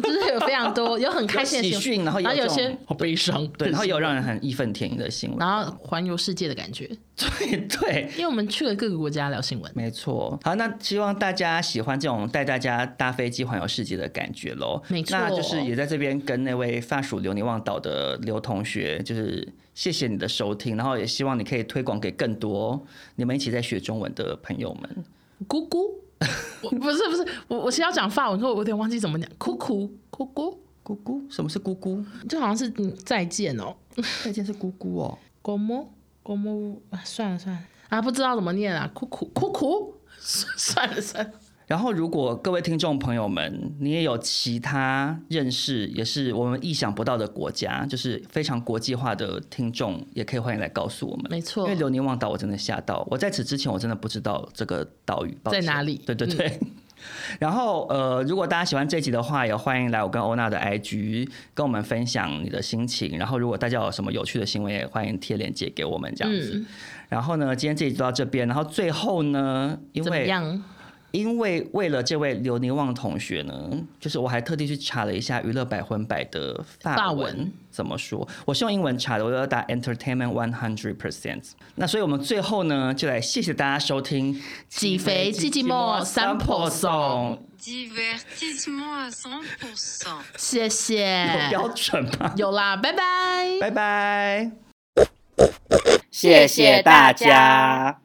就是有非常多，有很开心的
有
新
喜
闻，
讯，然后也
然后有
这种
些好悲伤，
对，然后也有让人很义愤填膺的新闻。
然后环游世界的感觉，
对 [LAUGHS] 对。
因为我们去了各个国家聊新闻。
没错，好，那希望大家喜欢这种带大家搭飞机环游世界的感觉喽。
没错
那就是也在这边跟那位发属流年忘岛的刘同学，就是谢谢你的收听，然后也希望你可以推广给更多你们一起在学中文的朋友们。
姑姑，我不是不是，我我是要讲法文，可我有点忘记怎么讲。哭哭哭哭，
姑姑，什么是姑姑？
就好像是嗯再见哦。
[LAUGHS] 再见是姑姑哦。
狗摸狗摸，啊算了算了啊，不知道怎么念啊。哭哭哭哭， [LAUGHS] 算了算了。
然后，如果各位听众朋友们，你也有其他认识，也是我们意想不到的国家，就是非常国际化的听众，也可以欢迎来告诉我们。
没错
因为流年望岛我真的吓到，我在此之前我真的不知道这个岛屿抱歉
在哪里嗯
对对对。 [LAUGHS] 然后，呃，如果大家喜欢这集的话，也欢迎来我跟欧娜的 IG 跟我们分享你的心情。然后，如果大家有什么有趣的新闻，也欢迎贴链接给我们这样子。
嗯
然后呢，今天这集就到这边。然后最后呢，因
怎么
为
样？
因为为了这位刘宁旺同学呢，就是我还特地去查了一下娱乐百分百的
法
法
文
文怎么说，我是用英文查的，我要打 Entertainment One Hundred Percent。那所以我们最后呢，就来谢谢大家收听《
几肥几寂寞三婆送
Divertissement à 100%.
谢谢。
有标准吗？
有啦，拜拜。
拜拜，
谢谢大家。